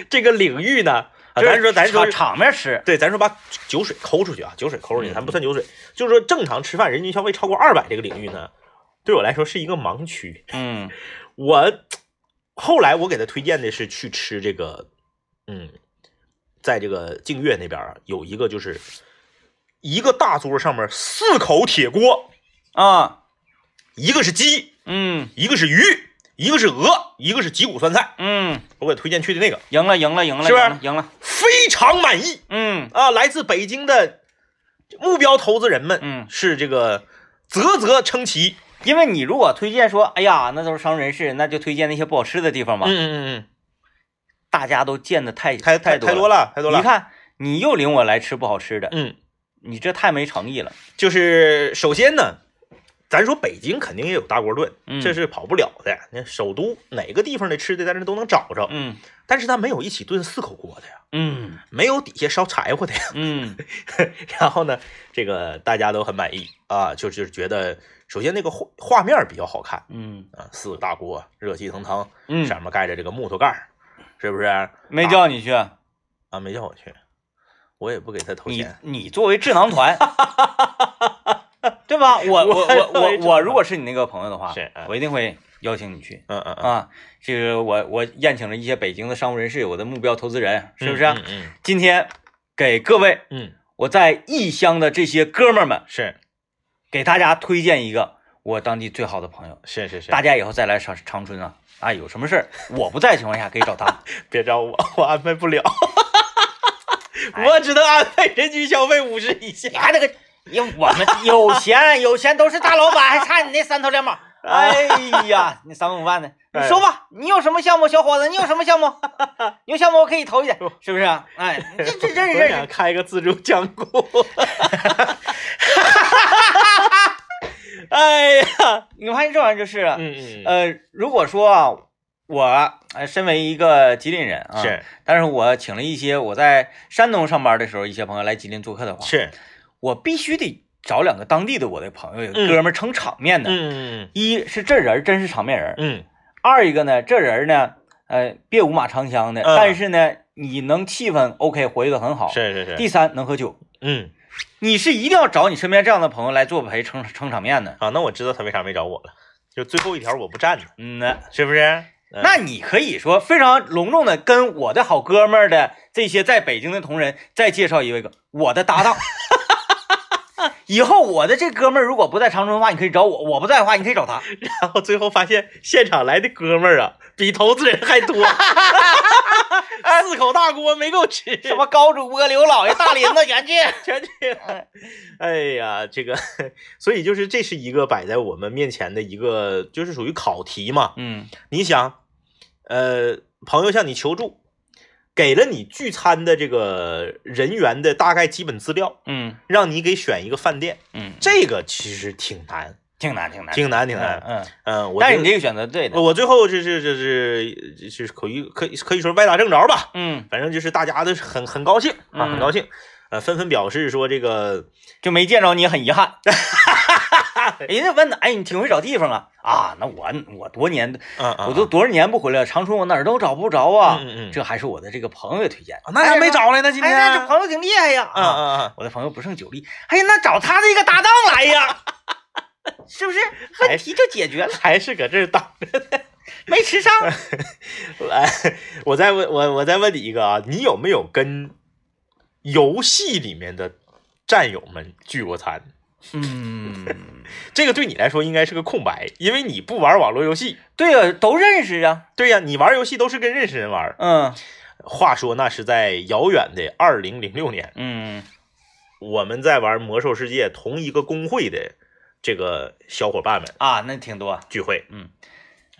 Speaker 1: 这个领域呢，啊、咱说咱说
Speaker 2: 场场面吃，
Speaker 1: 对，咱说把酒水抠出去啊，酒水抠出去，
Speaker 2: 嗯
Speaker 1: 咱不算酒水，就是说正常吃饭人均消费超过二百这个领域呢，对我来说是一个盲区。
Speaker 2: 嗯
Speaker 1: 我后来我给他推荐的是去吃这个，嗯，在这个净月那边啊，有一个就是一个大桌上面四口铁锅，
Speaker 2: 啊
Speaker 1: 一个是鸡，
Speaker 2: 嗯
Speaker 1: 一个是鱼，一个是鹅，一个是脊骨酸菜，
Speaker 2: 嗯，
Speaker 1: 我给他推荐去的那个。
Speaker 2: 赢了赢了赢了，
Speaker 1: 是不是
Speaker 2: 赢了赢了，
Speaker 1: 非常满意
Speaker 2: 嗯
Speaker 1: 啊！来自北京的目标投资人们，
Speaker 2: 嗯
Speaker 1: 是这个啧啧称奇，
Speaker 2: 因为你如果推荐说，哎呀，那都是商人士，那就推荐那些不好吃的地方吧。
Speaker 1: 嗯嗯嗯
Speaker 2: 大家都见的太
Speaker 1: 嗯，太太
Speaker 2: 多了
Speaker 1: 太多了，太多了。
Speaker 2: 你，看，你又领我来吃不好吃的，
Speaker 1: 嗯，
Speaker 2: 你这太没诚意了。
Speaker 1: 就是首先呢，咱说北京肯定也有大锅炖，
Speaker 2: 嗯
Speaker 1: 这是跑不了的。那首都哪个地方的吃的，咱这都能找着，
Speaker 2: 嗯
Speaker 1: 但是它没有一起炖四口锅的呀，
Speaker 2: 嗯
Speaker 1: 没有底下烧柴火的呀。
Speaker 2: 嗯
Speaker 1: 然后呢，这个大家都很满意啊，就就是觉得首先那个画画面比较好看
Speaker 2: 嗯
Speaker 1: 啊，四个大锅热气腾腾，
Speaker 2: 嗯，
Speaker 1: 上面盖着这个木头盖儿，是不是？啊，
Speaker 2: 没叫你去，
Speaker 1: 没叫我去，我也不给他投
Speaker 2: 你
Speaker 1: 钱。
Speaker 2: 你作为智 囊团，对吧？我我我
Speaker 1: 作为
Speaker 2: 我
Speaker 1: 智囊
Speaker 2: 我
Speaker 1: 团
Speaker 2: 如果是你那个朋友的话
Speaker 1: 是嗯，
Speaker 2: 我一定会邀请你去
Speaker 1: 嗯嗯嗯，
Speaker 2: 啊。这个我我宴请了一些北京的商务人士，我的目标投资人，是不是啊？
Speaker 1: 嗯嗯
Speaker 2: 今天给各位，
Speaker 1: 嗯，
Speaker 2: 我在异乡的这些哥们儿们，
Speaker 1: 是
Speaker 2: 给大家推荐一个我当地最好的朋友。
Speaker 1: 是是是，
Speaker 2: 大家以后再来长长春啊啊，有什么事儿我不在的情况下可以找他。
Speaker 1: 别找我，我安排不了，
Speaker 2: 哎
Speaker 1: 我只能安排人均消费五十以下
Speaker 2: 你。还那个，有我们有钱有钱都是大老板，还差你那三头两毛。 哎呀，那三万五万的，你说吧，你有什么项目，小伙子，你有什么项 目？你有项目我可以投一点，是不是啊？哎， 这这这这
Speaker 1: 我
Speaker 2: 这
Speaker 1: 想开个自助酱骨。 哎呀，
Speaker 2: 你看这玩意儿就是啊，
Speaker 1: 嗯嗯，
Speaker 2: 呃，如果说啊，我呃身为一个吉林人啊，，
Speaker 1: 是
Speaker 2: 但是我请了一些我在山东上班的时候一些朋友来吉林做客的话，
Speaker 1: 是，
Speaker 2: 我必须得找两个当地的我的朋友
Speaker 1: 嗯
Speaker 2: 哥们儿撑场面的。
Speaker 1: 嗯嗯
Speaker 2: 一是这人儿真是场面人儿，
Speaker 1: 嗯，
Speaker 2: 二一个呢，这人儿呢，呃，别五马长枪的，
Speaker 1: 嗯
Speaker 2: 但是呢，你能气氛 OK，活跃的很好。。
Speaker 1: 是是是，
Speaker 2: 第三，能喝酒。
Speaker 1: 嗯
Speaker 2: 你是一定要找你身边这样的朋友来做陪撑撑场面的。
Speaker 1: 啊，那我知道他为啥没找我了，就最后一条我不占呢，
Speaker 2: 嗯呢，
Speaker 1: 是不是？
Speaker 2: 那你可以说非常隆重的跟我的好哥们儿的这些在北京的同仁再介绍一位个我的 搭档。以后我的这哥们儿如果不在长春的话，你可以找我；我不在的话，你可以找他。
Speaker 1: 然后最后发现现场来的哥们儿啊，比投资人还多， 四口大锅没够吃，
Speaker 2: 什么高主播刘老爷、大林子全去。
Speaker 1: 全去了。哎呀，这个，所以就是这是一个摆在我们面前的一个，就是属于考题嘛。
Speaker 2: 嗯
Speaker 1: 你想，呃，朋友向你求助，给了你聚餐的这个人员的大概基本资料，
Speaker 2: 嗯
Speaker 1: 让你给选一个饭店，
Speaker 2: 嗯，
Speaker 1: 这个其实挺难，
Speaker 2: 挺难挺难
Speaker 1: 挺难，挺
Speaker 2: 难。
Speaker 1: 难。
Speaker 2: 嗯，
Speaker 1: 嗯，我
Speaker 2: 但
Speaker 1: 觉
Speaker 2: 是
Speaker 1: 得
Speaker 2: 你这个选择对的。
Speaker 1: 我最后这是这是就是可以可以可以说歪打正着吧。
Speaker 2: 嗯，
Speaker 1: 反正就是大家都是很很高兴啊，
Speaker 2: 嗯
Speaker 1: 很高兴，呃，纷纷表示说这个
Speaker 2: 就没见着你很 遗憾。人家问的，哎，你挺会找地方啊啊！那我我多年，
Speaker 1: 啊啊，
Speaker 2: 我都多少年不回来了，长春我哪儿都找不着啊。
Speaker 1: 嗯嗯嗯
Speaker 2: 这还是我的这个朋友推荐的。
Speaker 1: 啊那还没找来呢，今
Speaker 2: 哎
Speaker 1: 天
Speaker 2: 呀，这朋友挺厉害呀！
Speaker 1: 啊啊啊，
Speaker 2: 我的朋友不胜酒力，哎呀，那找他的一个搭档来 呀，是不是？问题就解决了，
Speaker 1: 还是搁这儿当着。
Speaker 2: 没 吃上。
Speaker 1: 来，我再问我我再问你一个啊，你有没有跟游戏里面的战友们聚过餐？
Speaker 2: 嗯，
Speaker 1: 这个对你来说应该是个空白，因为你不玩网络游戏。
Speaker 2: 对呀、都认识啊。
Speaker 1: 对呀、你玩游戏都是跟认识人玩。
Speaker 2: 嗯
Speaker 1: 话说那是在遥远的二零零六年，
Speaker 2: 嗯
Speaker 1: 我们在玩《魔兽世界》同一个公会的这个小伙伴们。
Speaker 2: 啊，那挺多，
Speaker 1: 聚会，
Speaker 2: 嗯，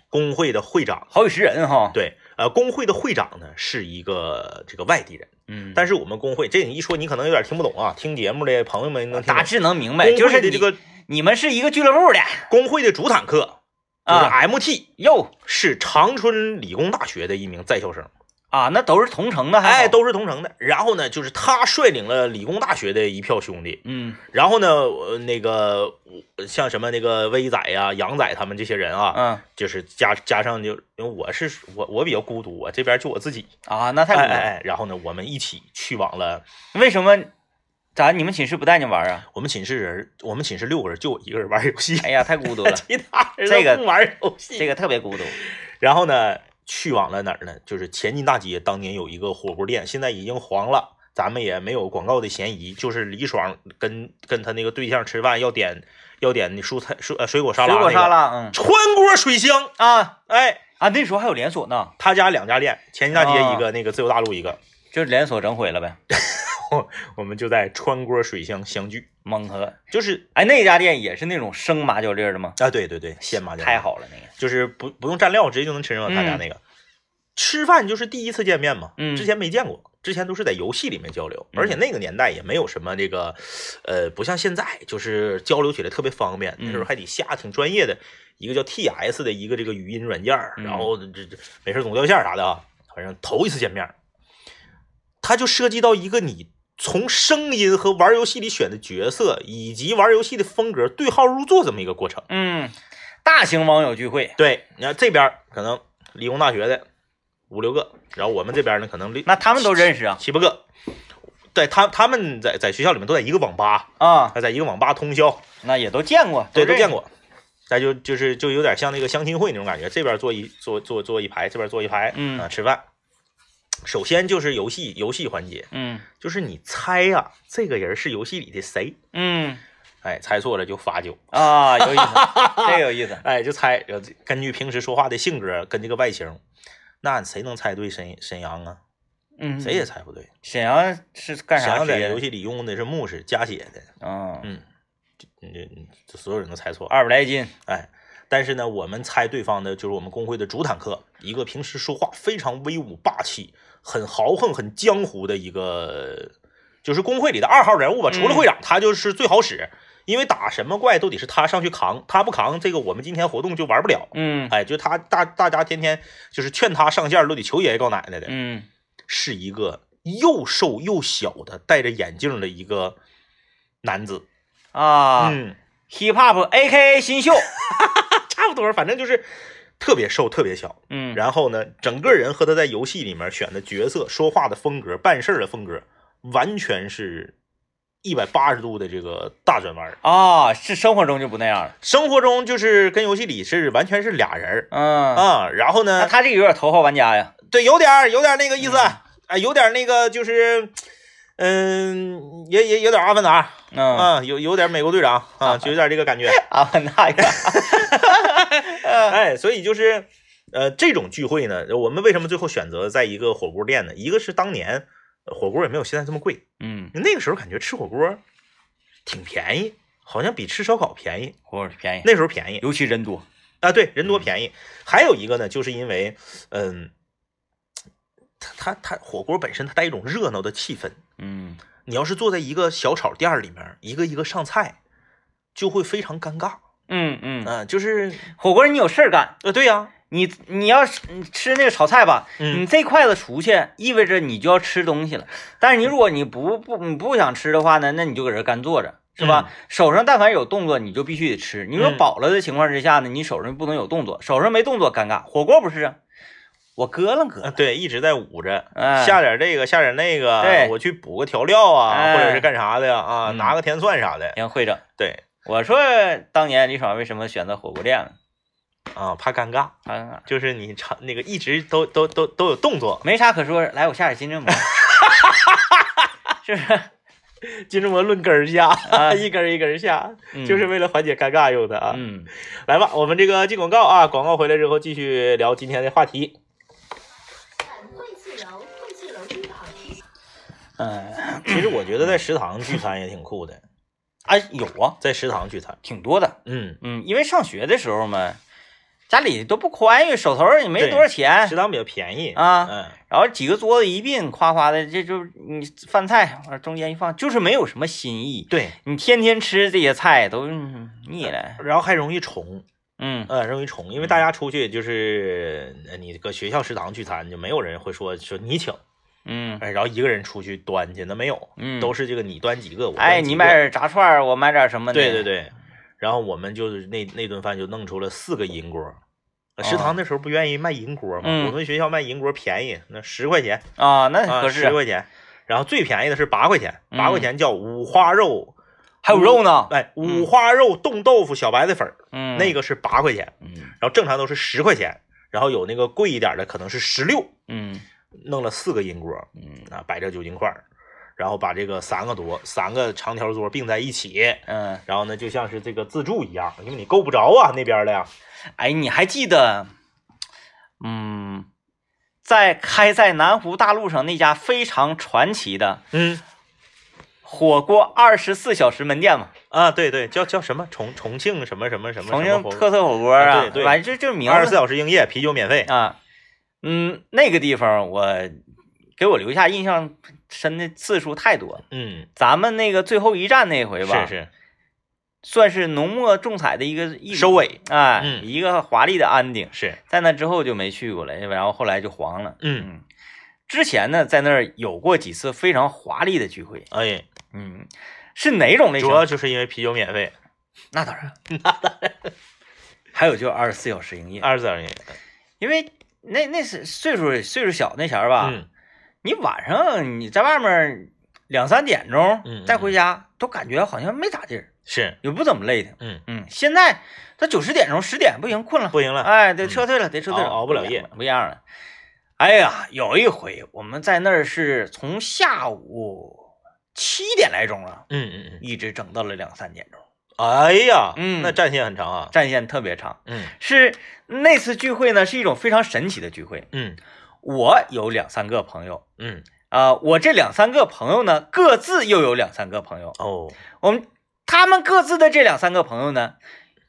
Speaker 1: 工会的会长，
Speaker 2: 好几十人哈。
Speaker 1: 对，呃，工会的会长呢是一个这个外地人，
Speaker 2: 嗯，
Speaker 1: 但是我们工会这你一说你可能有点听不懂啊，听节目的朋友们能听
Speaker 2: 啊大
Speaker 1: 懂。
Speaker 2: 致能明白，
Speaker 1: 工
Speaker 2: 就是
Speaker 1: 会的
Speaker 2: 你
Speaker 1: 这个
Speaker 2: 你们是一个俱乐部的
Speaker 1: 工会的主坦克就是
Speaker 2: 啊
Speaker 1: MT，
Speaker 2: 哟
Speaker 1: 是长春理工大学的一名在校生，
Speaker 2: 啊，那都是同城的还好，
Speaker 1: 哎，都是同城的。然后呢，就是他率领了理工大学的一票兄弟，
Speaker 2: 嗯
Speaker 1: 然后呢，呃那个我像什么那个威仔呀、杨仔他们这些人啊，
Speaker 2: 嗯
Speaker 1: 就是加加上就因为我是我我比较孤独，我这边就我自己，
Speaker 2: 啊，那太
Speaker 1: 哎
Speaker 2: 苦了。
Speaker 1: 哎哎，然后呢，我们一起去往了
Speaker 2: 为什么咋你们寝室不带你玩啊？
Speaker 1: 我们寝室人，我们寝室六个人就我一个人玩游戏，
Speaker 2: 哎呀，太孤独 了，
Speaker 1: 其他人
Speaker 2: 这个
Speaker 1: 都不玩游戏。
Speaker 2: 这个特别孤独。
Speaker 1: 然后呢，去往了哪儿呢？就是前进大街当年有一个火锅店，现在已经黄了。咱们也没有广告的嫌疑，就是李爽跟跟他那个对象吃饭要点要点那蔬菜蔬呃水果沙拉、
Speaker 2: 水
Speaker 1: 那个，
Speaker 2: 果沙拉，嗯
Speaker 1: 川锅水乡，
Speaker 2: 啊
Speaker 1: 哎，
Speaker 2: 啊，那时候还有连锁呢，
Speaker 1: 他家两家店，前进大街一
Speaker 2: 啊
Speaker 1: 个，那个自由大陆一个，
Speaker 2: 就是连锁整毁了呗。
Speaker 1: 我们就在川锅水乡相聚。
Speaker 2: 蒙河，
Speaker 1: 就是
Speaker 2: 哎，那家店也是那种生麻椒粒儿的吗？
Speaker 1: 啊，对对对，鲜麻椒
Speaker 2: 太好了，那个
Speaker 1: 就是不不用蘸料，直接就能吃上他家那个。吃饭就是第一次见面嘛，
Speaker 2: 嗯
Speaker 1: 之前没见过，之前都是在游戏里面交流，而且那个年代也没有什么这个，呃，不像现在就是交流起来特别方便，那时
Speaker 2: 嗯
Speaker 1: 候还得下挺专业的一个叫 TS 的一个这个语音软件儿，
Speaker 2: 嗯
Speaker 1: 然后这这没事总掉线儿啥的啊，反正头一次见面，它就涉及到一个你从声音和玩游戏里选的角色以及玩游戏的风格对号入座这么一个过程。
Speaker 2: 嗯，大型网友聚会，
Speaker 1: 对，你看这边儿可能理工大学的五六个，然后我们这边儿呢可能六
Speaker 2: 那他们都认识啊
Speaker 1: 七八个，对他他们在在学校里面都在一个网吧，
Speaker 2: 啊，
Speaker 1: 他在一个网吧通宵，
Speaker 2: 那也都见过，
Speaker 1: 对，都
Speaker 2: 认识
Speaker 1: 见。过。那就就是就有点像那个相亲会那种感觉，这边坐一坐坐坐一排，这边坐一排，
Speaker 2: 嗯
Speaker 1: 啊，吃饭。首先就是游戏游戏环节，
Speaker 2: 嗯
Speaker 1: 就是你猜呀、这个人是游戏里的谁？
Speaker 2: 嗯
Speaker 1: 哎，猜错了就罚酒，
Speaker 2: 啊，有意思， 这有意思。
Speaker 1: 哎，就猜，呃根据平时说话的性格跟这个外形，那谁能猜对沈沈阳啊？
Speaker 2: 嗯，
Speaker 1: 谁也猜不对。
Speaker 2: 沈阳是干
Speaker 1: 沈
Speaker 2: 啥
Speaker 1: 阳
Speaker 2: 职
Speaker 1: 在
Speaker 2: 业
Speaker 1: 游
Speaker 2: 的？
Speaker 1: 戏里用的是牧师加血的，
Speaker 2: 啊，
Speaker 1: 嗯，这这这所有人都猜错，
Speaker 2: 二百来斤。
Speaker 1: 哎，但是呢，我们猜对方的就是我们工会的主坦克，一个平时说话非常威武霸气、很豪横、很江湖的一个，就是工会里的二号人物吧。除
Speaker 2: 嗯
Speaker 1: 了会长，他就是最好使，因为打什么怪都得是他上去扛，他不扛这个，我们今天活动就玩不了。
Speaker 2: 嗯
Speaker 1: 哎，就他大大家天天就是劝他上线，都得求爷爷告奶奶的。
Speaker 2: 嗯
Speaker 1: 是一个又瘦又小的戴着眼镜的一个男子
Speaker 2: 啊
Speaker 1: 嗯，
Speaker 2: ，hip hop A K A 新秀。
Speaker 1: 差不多，反正就是特别瘦，特别小。
Speaker 2: 嗯，
Speaker 1: 然后呢，整个人和他在游戏里面选的角色、说话的风格、办事儿的风格，完全是一百八十度的这个大转弯儿。
Speaker 2: 啊，是生活中就不那样了。
Speaker 1: 生活中就是跟游戏里是完全是俩人儿
Speaker 2: 嗯，
Speaker 1: 啊、然后
Speaker 2: 那
Speaker 1: 呢，
Speaker 2: 他这个有点头号玩家呀。
Speaker 1: 对，有点儿有点儿那个意思，啊、
Speaker 2: 嗯
Speaker 1: 有点儿那个就是，嗯，也也有点儿阿凡达，
Speaker 2: 嗯，啊
Speaker 1: 啊，有有点美国队长啊，就有点这个感 觉。
Speaker 2: 阿凡达呀。
Speaker 1: 哎，所以就是，呃，这种聚会呢，我们为什么最后选择在一个火锅店呢？一个是当年呃火锅也没有现在这么贵，
Speaker 2: 嗯，
Speaker 1: 那个时候感觉吃火锅挺便宜，好像比吃烧烤便宜，
Speaker 2: 火锅便宜，
Speaker 1: 那时候便宜
Speaker 2: 尤其人多。
Speaker 1: 啊，对，人多便宜。还有一个呢，就是因为，嗯，它它它火锅本身它带一种热闹的气氛，
Speaker 2: 嗯
Speaker 1: 你要是坐在一个小炒店儿里面，一个一个上菜，就会非常尴尬。
Speaker 2: 嗯嗯，
Speaker 1: 嗯、就是
Speaker 2: 火锅你有事儿干。
Speaker 1: 呃，对呀、
Speaker 2: 你你要是你吃那个炒菜吧，
Speaker 1: 嗯
Speaker 2: 你这筷子出去，意味着你就要吃东西了。但是你如果你不不你不想吃的话呢，那你就搁这干坐着，是吧？手上但凡有动作，你就必须得吃。你说
Speaker 1: 嗯
Speaker 2: 饱了的情况之下呢，你手上不能有动作，手上没动作尴尬。火锅不是啊，我咯楞咯
Speaker 1: 啊，
Speaker 2: 楞，
Speaker 1: 对，一直在捂着，
Speaker 2: 哎，
Speaker 1: 嗯下点这个，下点那个，
Speaker 2: 对
Speaker 1: 我去补个调料啊，
Speaker 2: 哎
Speaker 1: 或者是干啥的呀？啊，
Speaker 2: 嗯
Speaker 1: 拿个甜蒜啥的，
Speaker 2: 行会整。
Speaker 1: 对，
Speaker 2: 我说当年李爽为什么选择火锅店呢？
Speaker 1: 啊，怕尴尬，
Speaker 2: 啊，
Speaker 1: 就是你常那个一直都都都都有动 作，
Speaker 2: 没啥可说，来我下点金 针蘑，是不是？
Speaker 1: 金针蘑论根儿下，
Speaker 2: 啊
Speaker 1: 一根儿一根儿下，
Speaker 2: 嗯
Speaker 1: 就是为了缓解尴尬用的啊。
Speaker 2: 嗯，
Speaker 1: 来吧，我们这个进广告啊，广告回来之后继续聊今天的话题。
Speaker 3: 汇气楼，汇气楼珠宝提醒。
Speaker 2: 嗯，
Speaker 1: 其实我觉得在食堂聚餐也挺酷的，
Speaker 2: 啊有啊，
Speaker 1: 在食堂聚餐，
Speaker 2: 挺多的。
Speaker 1: 嗯，
Speaker 2: 嗯，因为上学的时候嘛，家里都不宽裕，手头儿也没多少钱
Speaker 1: 食堂比较便宜，
Speaker 2: 啊，
Speaker 1: 嗯，
Speaker 2: 然后几个桌子一并夸夸的，这就你饭菜往中间一放，就是没有什么新意。
Speaker 1: 对，
Speaker 2: 你天天吃这些菜都嗯腻了，
Speaker 1: 然后还容易重，
Speaker 2: 嗯
Speaker 1: 呃，容易重，因为大家出去就是呃你搁学校食堂聚餐，就没有人会说说你请，
Speaker 2: 嗯
Speaker 1: 哎，然后一个人出去端去，那没有，
Speaker 2: 嗯，
Speaker 1: 都是这个你端几个，我端
Speaker 2: 哎，
Speaker 1: 几
Speaker 2: 你
Speaker 1: 个
Speaker 2: 买点炸串儿，我买点什么的，
Speaker 1: 对对，对，然后我们就是那那顿饭就弄出了四个银锅。呃食堂那时候不愿意卖银锅嘛，
Speaker 2: 哦嗯
Speaker 1: 我们学校卖银锅便宜，那十块钱
Speaker 2: 啊，那
Speaker 1: 啊，
Speaker 2: 合
Speaker 1: 十
Speaker 2: 适，
Speaker 1: 块钱，然后最便宜的是八块钱，八块
Speaker 2: 嗯
Speaker 1: 钱叫五花肉，
Speaker 2: 还有肉呢，
Speaker 1: 哎，五
Speaker 2: 嗯
Speaker 1: 花肉冻豆腐小白菜粉儿，
Speaker 2: 嗯，
Speaker 1: 那，个是八块钱，
Speaker 2: 嗯
Speaker 1: 然后正常都是十块钱，然后有那个贵一点的可能是十六，
Speaker 2: 嗯
Speaker 1: 弄了四个银锅
Speaker 2: 嗯
Speaker 1: 啊，摆着酒精块儿，然后把这个三个桌三个长条桌并在一起，
Speaker 2: 嗯，
Speaker 1: 然后呢就像是这个自助一样，因为你够不着啊那边的呀，
Speaker 2: 哎，你还记得，嗯，在开在南湖大路上那家非常传奇的
Speaker 1: 嗯
Speaker 2: 火锅二十四小时门店嘛，
Speaker 1: 啊，对对，叫叫什么重重庆什么什么什么
Speaker 2: 重
Speaker 1: 什么
Speaker 2: 庆
Speaker 1: 火锅
Speaker 2: 特色火锅啊
Speaker 1: 啊对，对
Speaker 2: 反正就就是名
Speaker 1: 二十四
Speaker 2: 字
Speaker 1: 小时营业，啤酒免费。
Speaker 2: 啊。嗯，那个地方我给我留下印象深的次数太多了。
Speaker 1: 嗯，
Speaker 2: 咱们那个最后一站那回吧，
Speaker 1: 是是，
Speaker 2: 算是浓墨重彩的一个一
Speaker 1: 收尾，
Speaker 2: 哎，
Speaker 1: 嗯
Speaker 2: 一个华丽的安定。
Speaker 1: 是，
Speaker 2: 在那之后就没去过了，然后后来就黄了。
Speaker 1: 嗯，
Speaker 2: 之前呢，在那儿有过几次非常华丽的聚会，
Speaker 1: 哎，
Speaker 2: 嗯，是哪种类型
Speaker 1: 主？要就是因为啤酒免费，
Speaker 2: 那当然，那当 然。还有就二十四小时营业，
Speaker 1: 二十四小时营业。
Speaker 2: 因为那那是岁数岁数小那前儿吧，
Speaker 1: 嗯，
Speaker 2: 你晚上你在外面两三点钟
Speaker 1: 嗯嗯
Speaker 2: 再回家，都感觉好像没咋地儿，
Speaker 1: 是，
Speaker 2: 也不怎么累的。
Speaker 1: 嗯，
Speaker 2: 嗯，现在他九十点钟十点不行，困了，
Speaker 1: 不 行了，
Speaker 2: 哎，得撤退了，得撤退了，
Speaker 1: 嗯熬熬不了夜
Speaker 2: 不一样了。哎呀，有一回我们在那儿是从下午七点来钟啊，
Speaker 1: 嗯嗯嗯，
Speaker 2: 一直整到了两三点钟，
Speaker 1: 哎呀，
Speaker 2: 嗯
Speaker 1: 那战线很长啊。
Speaker 2: 战线特别长。
Speaker 1: 嗯
Speaker 2: 是那次聚会呢，是一种非常神奇的聚会。
Speaker 1: 嗯
Speaker 2: 我有两三个朋友
Speaker 1: 嗯，
Speaker 2: 啊、我这两三个朋友呢，各自又有两三个朋友。
Speaker 1: 哦，
Speaker 2: 我们他们各自的这两三个朋友呢，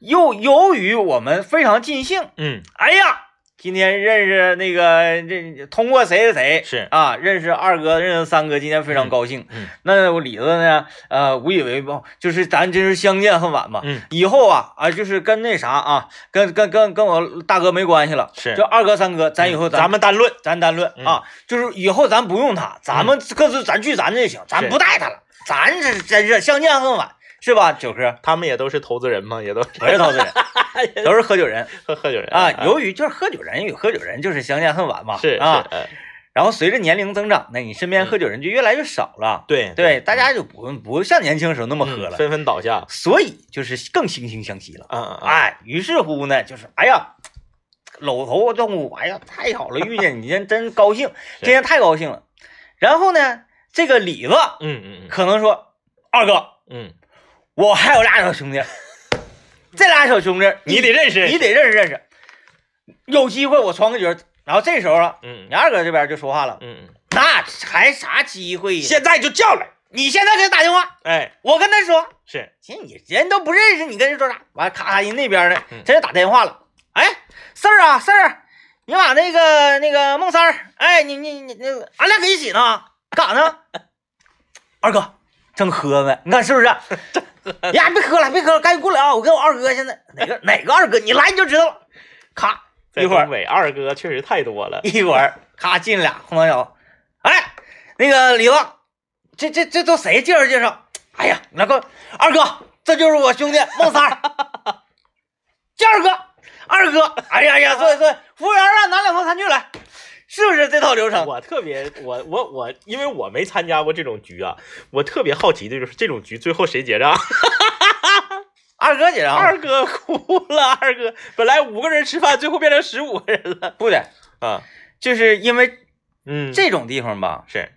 Speaker 2: 又由于我们非常尽兴，
Speaker 1: 嗯
Speaker 2: 哎呀，今天认识那个这通过谁谁谁
Speaker 1: 是
Speaker 2: 啊，认识二哥，认识三哥，今天非常高兴。
Speaker 1: 嗯
Speaker 2: 那我李子呢？呃，无以为报，就是咱真是相见恨晚吧。
Speaker 1: 嗯，
Speaker 2: 以后啊啊，就是跟那啥啊，跟跟跟跟我大哥没关系了，
Speaker 1: 是嗯
Speaker 2: 就二哥三哥，咱以后咱、
Speaker 1: 咱们单论。
Speaker 2: 咱单论、
Speaker 1: 嗯
Speaker 2: 啊，就是以后咱不用他，咱们各自咱聚咱就行，咱
Speaker 1: 是
Speaker 2: 不带他了，咱这真是相见恨晚，是吧？九 哥
Speaker 1: 他们也都是投资人嘛，也都是
Speaker 2: 不是投资人，都是喝酒人。
Speaker 1: 喝喝酒 人
Speaker 2: 哎
Speaker 1: 哎
Speaker 2: 啊，由于就是喝酒人有喝酒人，就是相见恨晚嘛，
Speaker 1: 是
Speaker 2: 啊。，
Speaker 1: 是哎
Speaker 2: 然后随着年龄增长呢，你身边喝酒人就越来越少了，
Speaker 1: 嗯对
Speaker 2: 对，大家就不不像年轻时候那么喝
Speaker 1: 嗯
Speaker 2: 了，
Speaker 1: 纷纷倒下。
Speaker 2: 所以就是更惺惺相惜了。
Speaker 1: 嗯嗯，嗯
Speaker 2: 哎，于是乎呢，就是哎呀，搂头动物，哎呀，太好了，遇见你真真高 兴，今天太高兴了。然后呢，这个李子
Speaker 1: 嗯嗯
Speaker 2: 可能说，二哥，
Speaker 1: 嗯嗯，
Speaker 2: 我还有俩小兄弟， 这俩小兄弟
Speaker 1: 你得认识，
Speaker 2: 你得认识认识。有机会我传个局儿，然后这时候啊，
Speaker 1: 嗯
Speaker 2: 你二哥这边就说话了，
Speaker 1: 嗯嗯，
Speaker 2: 那还啥机会呀？
Speaker 1: 现在就叫来。
Speaker 2: 你现在给他打电话，
Speaker 1: 哎，
Speaker 2: 我跟他说，
Speaker 1: 是，
Speaker 2: 行，你人都不认识，你跟人说啥？完，咔咔，人那边呢
Speaker 1: 嗯，
Speaker 2: 真是打电话了。哎，四儿啊，四儿，你把那个那个孟三儿，哎，你你你那个，俺俩搁一起呢，干啥呢？二哥正喝呢，你看是 不是？呀，别喝了，别喝了，赶紧过来啊！我跟我二哥现在哪个哪个二哥，你来你就知道了。咔，
Speaker 1: 在
Speaker 2: 一会儿
Speaker 1: 东北二哥确实太多了。
Speaker 2: 一会儿咔进俩红糖小，哎，那个李子，这这这都谁介绍介绍？哎呀，那个二哥，这就是我兄弟孟三儿，这二哥，二哥，哎呀呀，坐下坐下，服务员啊，拿两套餐具来，是不是这套流程？
Speaker 1: 我特别，我我我，因为我没参加过这种局啊，我特别好奇的就是这种局最后谁结账？
Speaker 2: 二哥啊介绍，
Speaker 1: 二哥哭了，二哥本来五个人吃饭，最后变成十五个人了
Speaker 2: 不对，
Speaker 1: 啊。
Speaker 2: 就是因为
Speaker 1: 嗯，
Speaker 2: 这种地方吧，
Speaker 1: 是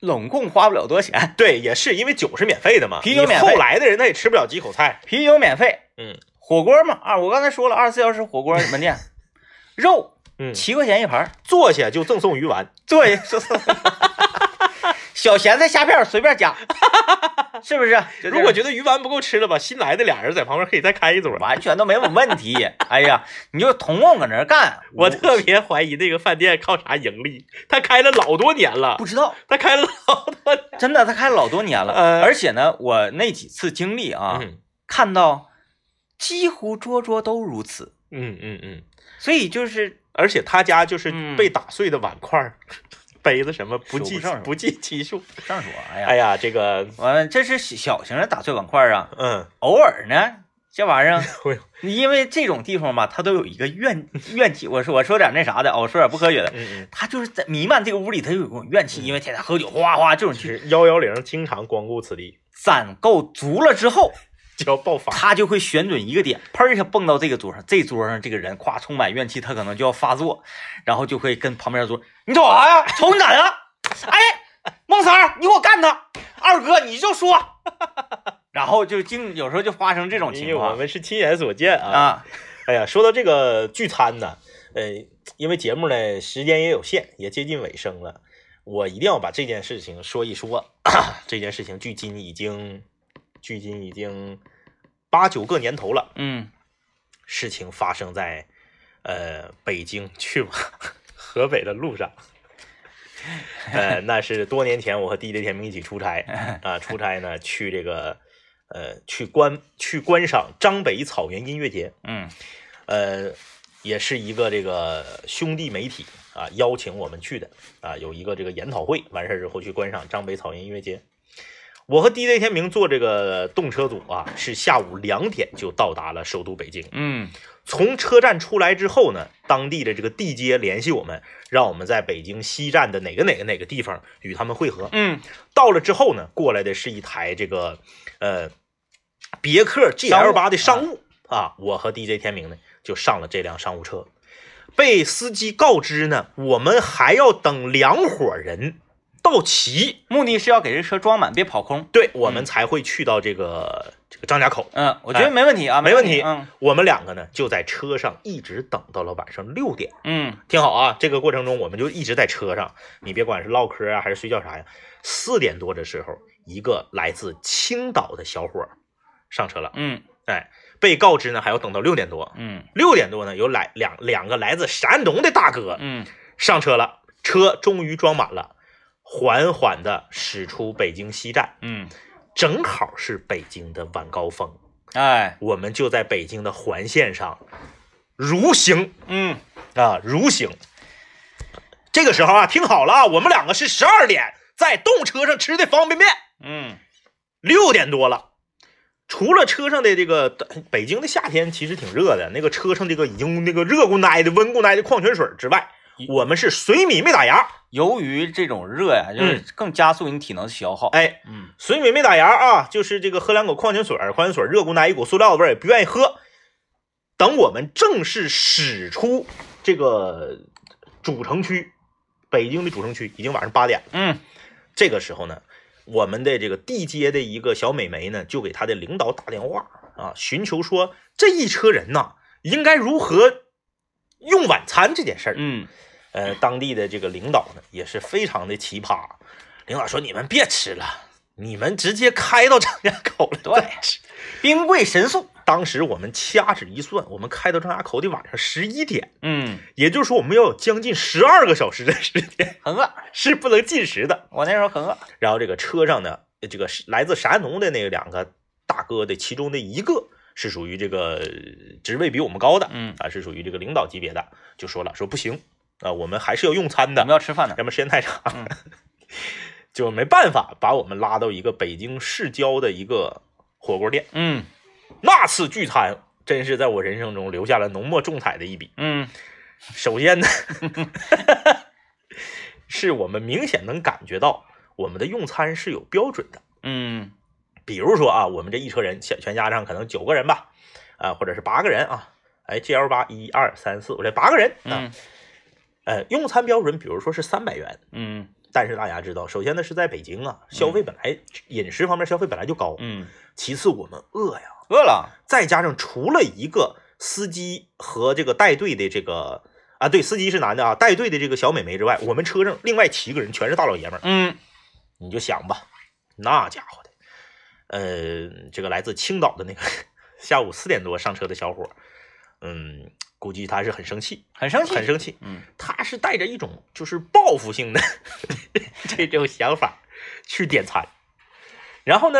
Speaker 2: 拢共花不了多钱，
Speaker 1: 对，也是因为酒是免费的嘛，
Speaker 2: 啤酒
Speaker 1: 你
Speaker 2: 免费
Speaker 1: 后来的人他也吃不了几口菜。
Speaker 2: 啤酒免费，
Speaker 1: 嗯，
Speaker 2: 火锅嘛，啊，我刚才说了，二十四小时火锅门店， 肉
Speaker 1: 嗯，
Speaker 2: 七块钱一盘儿。
Speaker 1: 坐下就赠送鱼丸。
Speaker 2: 对，是是小咸菜虾片儿随便加，是不是？就这样
Speaker 1: 如果觉得鱼丸不够吃了吧，新来的俩人在旁边可以再开一桌。
Speaker 2: 完全都没有问题，哎呀，你就同共搁那儿干，
Speaker 1: 我特别怀疑那个饭店靠啥盈利，他开了老多年了
Speaker 2: 不，知道，
Speaker 1: 他开了老多年。
Speaker 2: 真的，他开了老多年了，
Speaker 1: 呃
Speaker 2: 而且呢，我那几次经历啊，
Speaker 1: 嗯
Speaker 2: 看到几乎桌桌都如此，
Speaker 1: 嗯嗯嗯，
Speaker 2: 所以就是
Speaker 1: 而且他家就是
Speaker 2: 嗯
Speaker 1: 被打碎的碗筷儿、 杯子什么不
Speaker 2: 数不
Speaker 1: 计
Speaker 2: 上是吧
Speaker 1: 不计其数。
Speaker 2: 这样说，哎呀，
Speaker 1: 哎呀，这个
Speaker 2: 完了，这是小型的打碎碗筷儿啊，
Speaker 1: 嗯，
Speaker 2: 偶尔呢。这玩意儿
Speaker 1: 哎呦，
Speaker 2: 因为这种地方吧，它都有一个怨怨气。我说我说点那啥的啊，我说点不科学的，
Speaker 1: 嗯嗯，
Speaker 2: 他就是在弥漫这个屋里，他就有股怨气，因为天天喝酒，哗哗这种
Speaker 1: 就
Speaker 2: 气
Speaker 1: 是幺幺零经常光顾此地
Speaker 2: 攒够足了之后，
Speaker 1: 就要爆发。
Speaker 2: 他就会选准一个点，砰一下蹦到这个桌上，这桌上这个人咵充满怨气，他可能就要发作，然后就会跟旁边的桌，你瞅啥呀？瞅你咋的？ 哎，孟三儿，你给我干他！二哥，你就说， 然后就经有时候就发生 这种
Speaker 1: 因
Speaker 2: 情
Speaker 1: 为哎我
Speaker 2: 况
Speaker 1: 们是亲眼所见啊！
Speaker 2: 啊，
Speaker 1: 哎呀，说到这个聚餐呢，呃，因为节目呢时间也有限，也接近尾声了，我一定要把这件事情说一说。 这件事情距今已经，距今已经八九个年头了。
Speaker 2: 嗯，
Speaker 1: 事情发生在呃北京去往 河北的路上。呃，那是多年前我和地雷天明一起出差啊、出差呢去这个呃去观去观赏张北草原音乐节。
Speaker 2: 嗯
Speaker 1: 呃，也是一个这个兄弟媒体啊邀请我们去的啊，有一个这个研讨会，完事儿之后去观赏张北草原音乐节。我和 DJ 天明坐这个动车组啊，是下午两点就到达了首都北京。
Speaker 2: 嗯
Speaker 1: 从车站出来之后呢，当地的这个地接联系我们，让我们在北京西站的哪个哪个哪个地方与他们会合。
Speaker 2: 嗯，
Speaker 1: 到了之后呢，过来的是一台这个呃别克 GL 八的商务啊，我和 DJ 天明呢就上了这辆商务车，被司机告知呢，我们还要等两伙人到齐，
Speaker 2: 目的是要给这车装满，别跑空。
Speaker 1: 对我们才会去到这个、这个张家口。
Speaker 2: 嗯，我觉得没问题啊，
Speaker 1: 哎没问
Speaker 2: 问
Speaker 1: 题
Speaker 2: 嗯
Speaker 1: 我们两个呢就在车上一直等到了晚上六点，
Speaker 2: 嗯
Speaker 1: 挺好啊。这个过程中我们就一直在车上，你别管是唠嗑啊还是睡觉啥呀。四点多的时候，一个来自青岛的小伙儿上车了。
Speaker 2: 嗯
Speaker 1: 哎，被告知呢还要等到六点多。
Speaker 2: 嗯
Speaker 1: 六点多呢，有来两两个来自山东的大哥
Speaker 2: 嗯
Speaker 1: 上车了，车终于装满了，缓缓的驶出北京西站，
Speaker 2: 嗯，
Speaker 1: 正好是北京的晚高峰，
Speaker 2: 哎，
Speaker 1: 我们就在北京的环线上如行
Speaker 2: 嗯
Speaker 1: 啊，如行。这个时候啊，听好了啊，我们两个是十二点在动车上吃的方便面，
Speaker 2: 嗯
Speaker 1: 六点多了，除了车上的这个北京的夏天其实挺热的，那个车上这个已经那个热乎奶的温乎奶的矿泉水之外，我们是水米没打牙，
Speaker 2: 由于这种热呀，就是更加速你体能消耗。
Speaker 1: 哎，
Speaker 2: 嗯
Speaker 1: 水米没打牙啊，就是这个喝两口矿泉水，矿泉水热乎奶一股塑料的味儿，也不愿意喝。等我们正式驶出这个主城区，北京的主城区，已经晚上八点了。
Speaker 2: 嗯
Speaker 1: 这个时候呢，我们的这个地接的一个小美眉呢，就给她的领导打电话啊，寻求说这一车人呐、应该如何用晚餐这件事儿。
Speaker 2: 嗯
Speaker 1: 呃，当地的这个领导呢，也是非常的奇葩。领导说：“你们别吃了，你们直接开到张家口了。”
Speaker 2: 对，冰柜神速。
Speaker 1: 当时我们掐指一算，我们开到张家口得晚上十一点，
Speaker 2: 嗯，
Speaker 1: 也就是说我们要有将近十二个小时的时间
Speaker 2: 很饿，
Speaker 1: 是不能进食的。
Speaker 2: 我那时候很饿。
Speaker 1: 然后这个车上呢，这个是来自山东的那两个大哥的其中的一个是属于这个呃职位比我们高的，
Speaker 2: 嗯
Speaker 1: 啊，是属于这个领导级别的，就说了说不行啊，我们还是要用餐
Speaker 2: 我
Speaker 1: 的
Speaker 2: 们，要吃饭呢。
Speaker 1: 要么时间太长，
Speaker 2: 嗯
Speaker 1: 就没办法把我们拉到一个北京市郊的一个火锅店。
Speaker 2: 嗯
Speaker 1: 那次聚餐真是在我人生中留下了浓墨重彩的一笔。
Speaker 2: 嗯
Speaker 1: 首先呢， 是我们明显能感觉到我们的用餐是有标准的。
Speaker 2: 嗯
Speaker 1: 比如说啊，我们这一车人全全加上可能九个人吧，啊、或者是八个人啊，哎，GL 八一二三四，我这八个人啊，
Speaker 2: 嗯
Speaker 1: 呃，用餐标准比如说是三百元，
Speaker 2: 嗯
Speaker 1: 但是大家知道，首先呢是在北京啊，消费本来、饮食方面消费本来就高，
Speaker 2: 嗯，
Speaker 1: 其次我们饿呀，
Speaker 2: 饿了。
Speaker 1: 再加上除了一个司机和这个带队的这个啊，对，司机是男的啊，带队的这个小美眉之外，我们车上另外七个人全是大老爷们儿。
Speaker 2: 嗯
Speaker 1: 你就想吧，那家伙的，呃，这个来自青岛的那个 下午四点多上车的小伙儿，嗯，估计他是很生气，
Speaker 2: 很生气
Speaker 1: 很生气，
Speaker 2: 嗯
Speaker 1: 他是带着一种就是报复性的 这种想法去点餐，然后呢，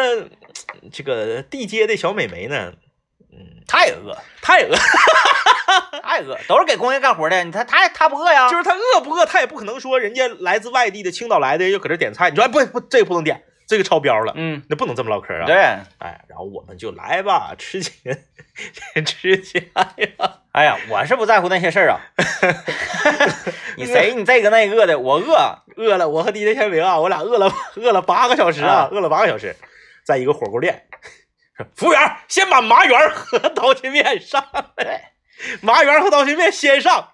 Speaker 1: 这个地接的小美眉呢，嗯，
Speaker 2: 他也饿，
Speaker 1: 她也饿，
Speaker 2: 啊他也饿，都是给工人干活的。你他他他不饿呀？
Speaker 1: 就是她饿不饿，她也不可能说人家来自外地的青岛来的又搁这点菜，你说哎不不，这个不能点，这个超标了，
Speaker 2: 嗯，
Speaker 1: 那不能这么唠嗑啊，
Speaker 2: 对。
Speaker 1: 哎，然后我们就来吧，吃起 吃起来吧。
Speaker 2: 哎呀，我是不在乎那些事 儿啊。你谁？你这个那个的，我饿。
Speaker 1: 饿了，我和 DJ 天明啊，我俩饿了饿了八个小时啊，饿了八个小时，在一个火锅店，服务员先把麻圆和刀削面上来，麻圆和刀削面先上。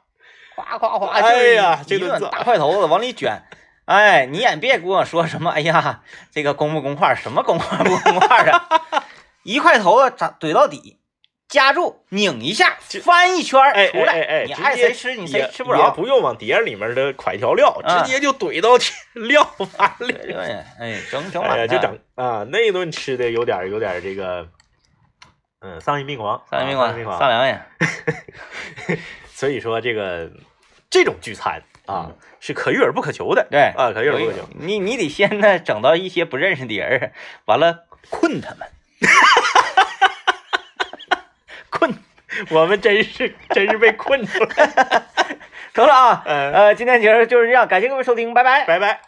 Speaker 2: 夸夸夸！
Speaker 1: 哎
Speaker 2: 就是
Speaker 1: 呀这
Speaker 2: 一
Speaker 1: 顿
Speaker 2: 顿
Speaker 1: 揍
Speaker 2: 大块头子往里卷。哎，你也别跟我说什么，哎呀，这个公不公筷儿，什么公筷儿不公筷儿啊，一块头子咋怼到底，夹住拧一下
Speaker 1: 这，
Speaker 2: 翻一圈儿
Speaker 1: 哎
Speaker 2: 出
Speaker 1: 哎
Speaker 2: 来，
Speaker 1: 哎哎
Speaker 2: 你
Speaker 1: 直
Speaker 2: 爱
Speaker 1: 接
Speaker 2: 谁吃你
Speaker 1: 也
Speaker 2: 谁吃不
Speaker 1: 也
Speaker 2: 着。
Speaker 1: 不用往碟儿里面的快调料，
Speaker 2: 嗯
Speaker 1: 直接就怼到料碗里。
Speaker 2: 对，哎，整整
Speaker 1: 哎
Speaker 2: 碗
Speaker 1: 呀，就整啊，那一顿吃的有点儿有点儿这个，嗯，丧心病狂，
Speaker 2: 三明
Speaker 1: 啊
Speaker 2: 馆
Speaker 1: 丧心病
Speaker 2: 丧
Speaker 1: 狂。
Speaker 2: 良心。
Speaker 1: 所以说这个这种聚餐啊是可遇而不可求的，
Speaker 2: 对
Speaker 1: 啊，可遇而不
Speaker 2: 有
Speaker 1: 可求。
Speaker 2: 你你得先呢整到一些不认识的人儿，完了困他们。
Speaker 1: 困，我们真是真是被困住了。
Speaker 2: 得了啊，
Speaker 1: 嗯
Speaker 2: 呃，今天节目就是这样，感谢各位收听，拜拜。
Speaker 1: 拜拜。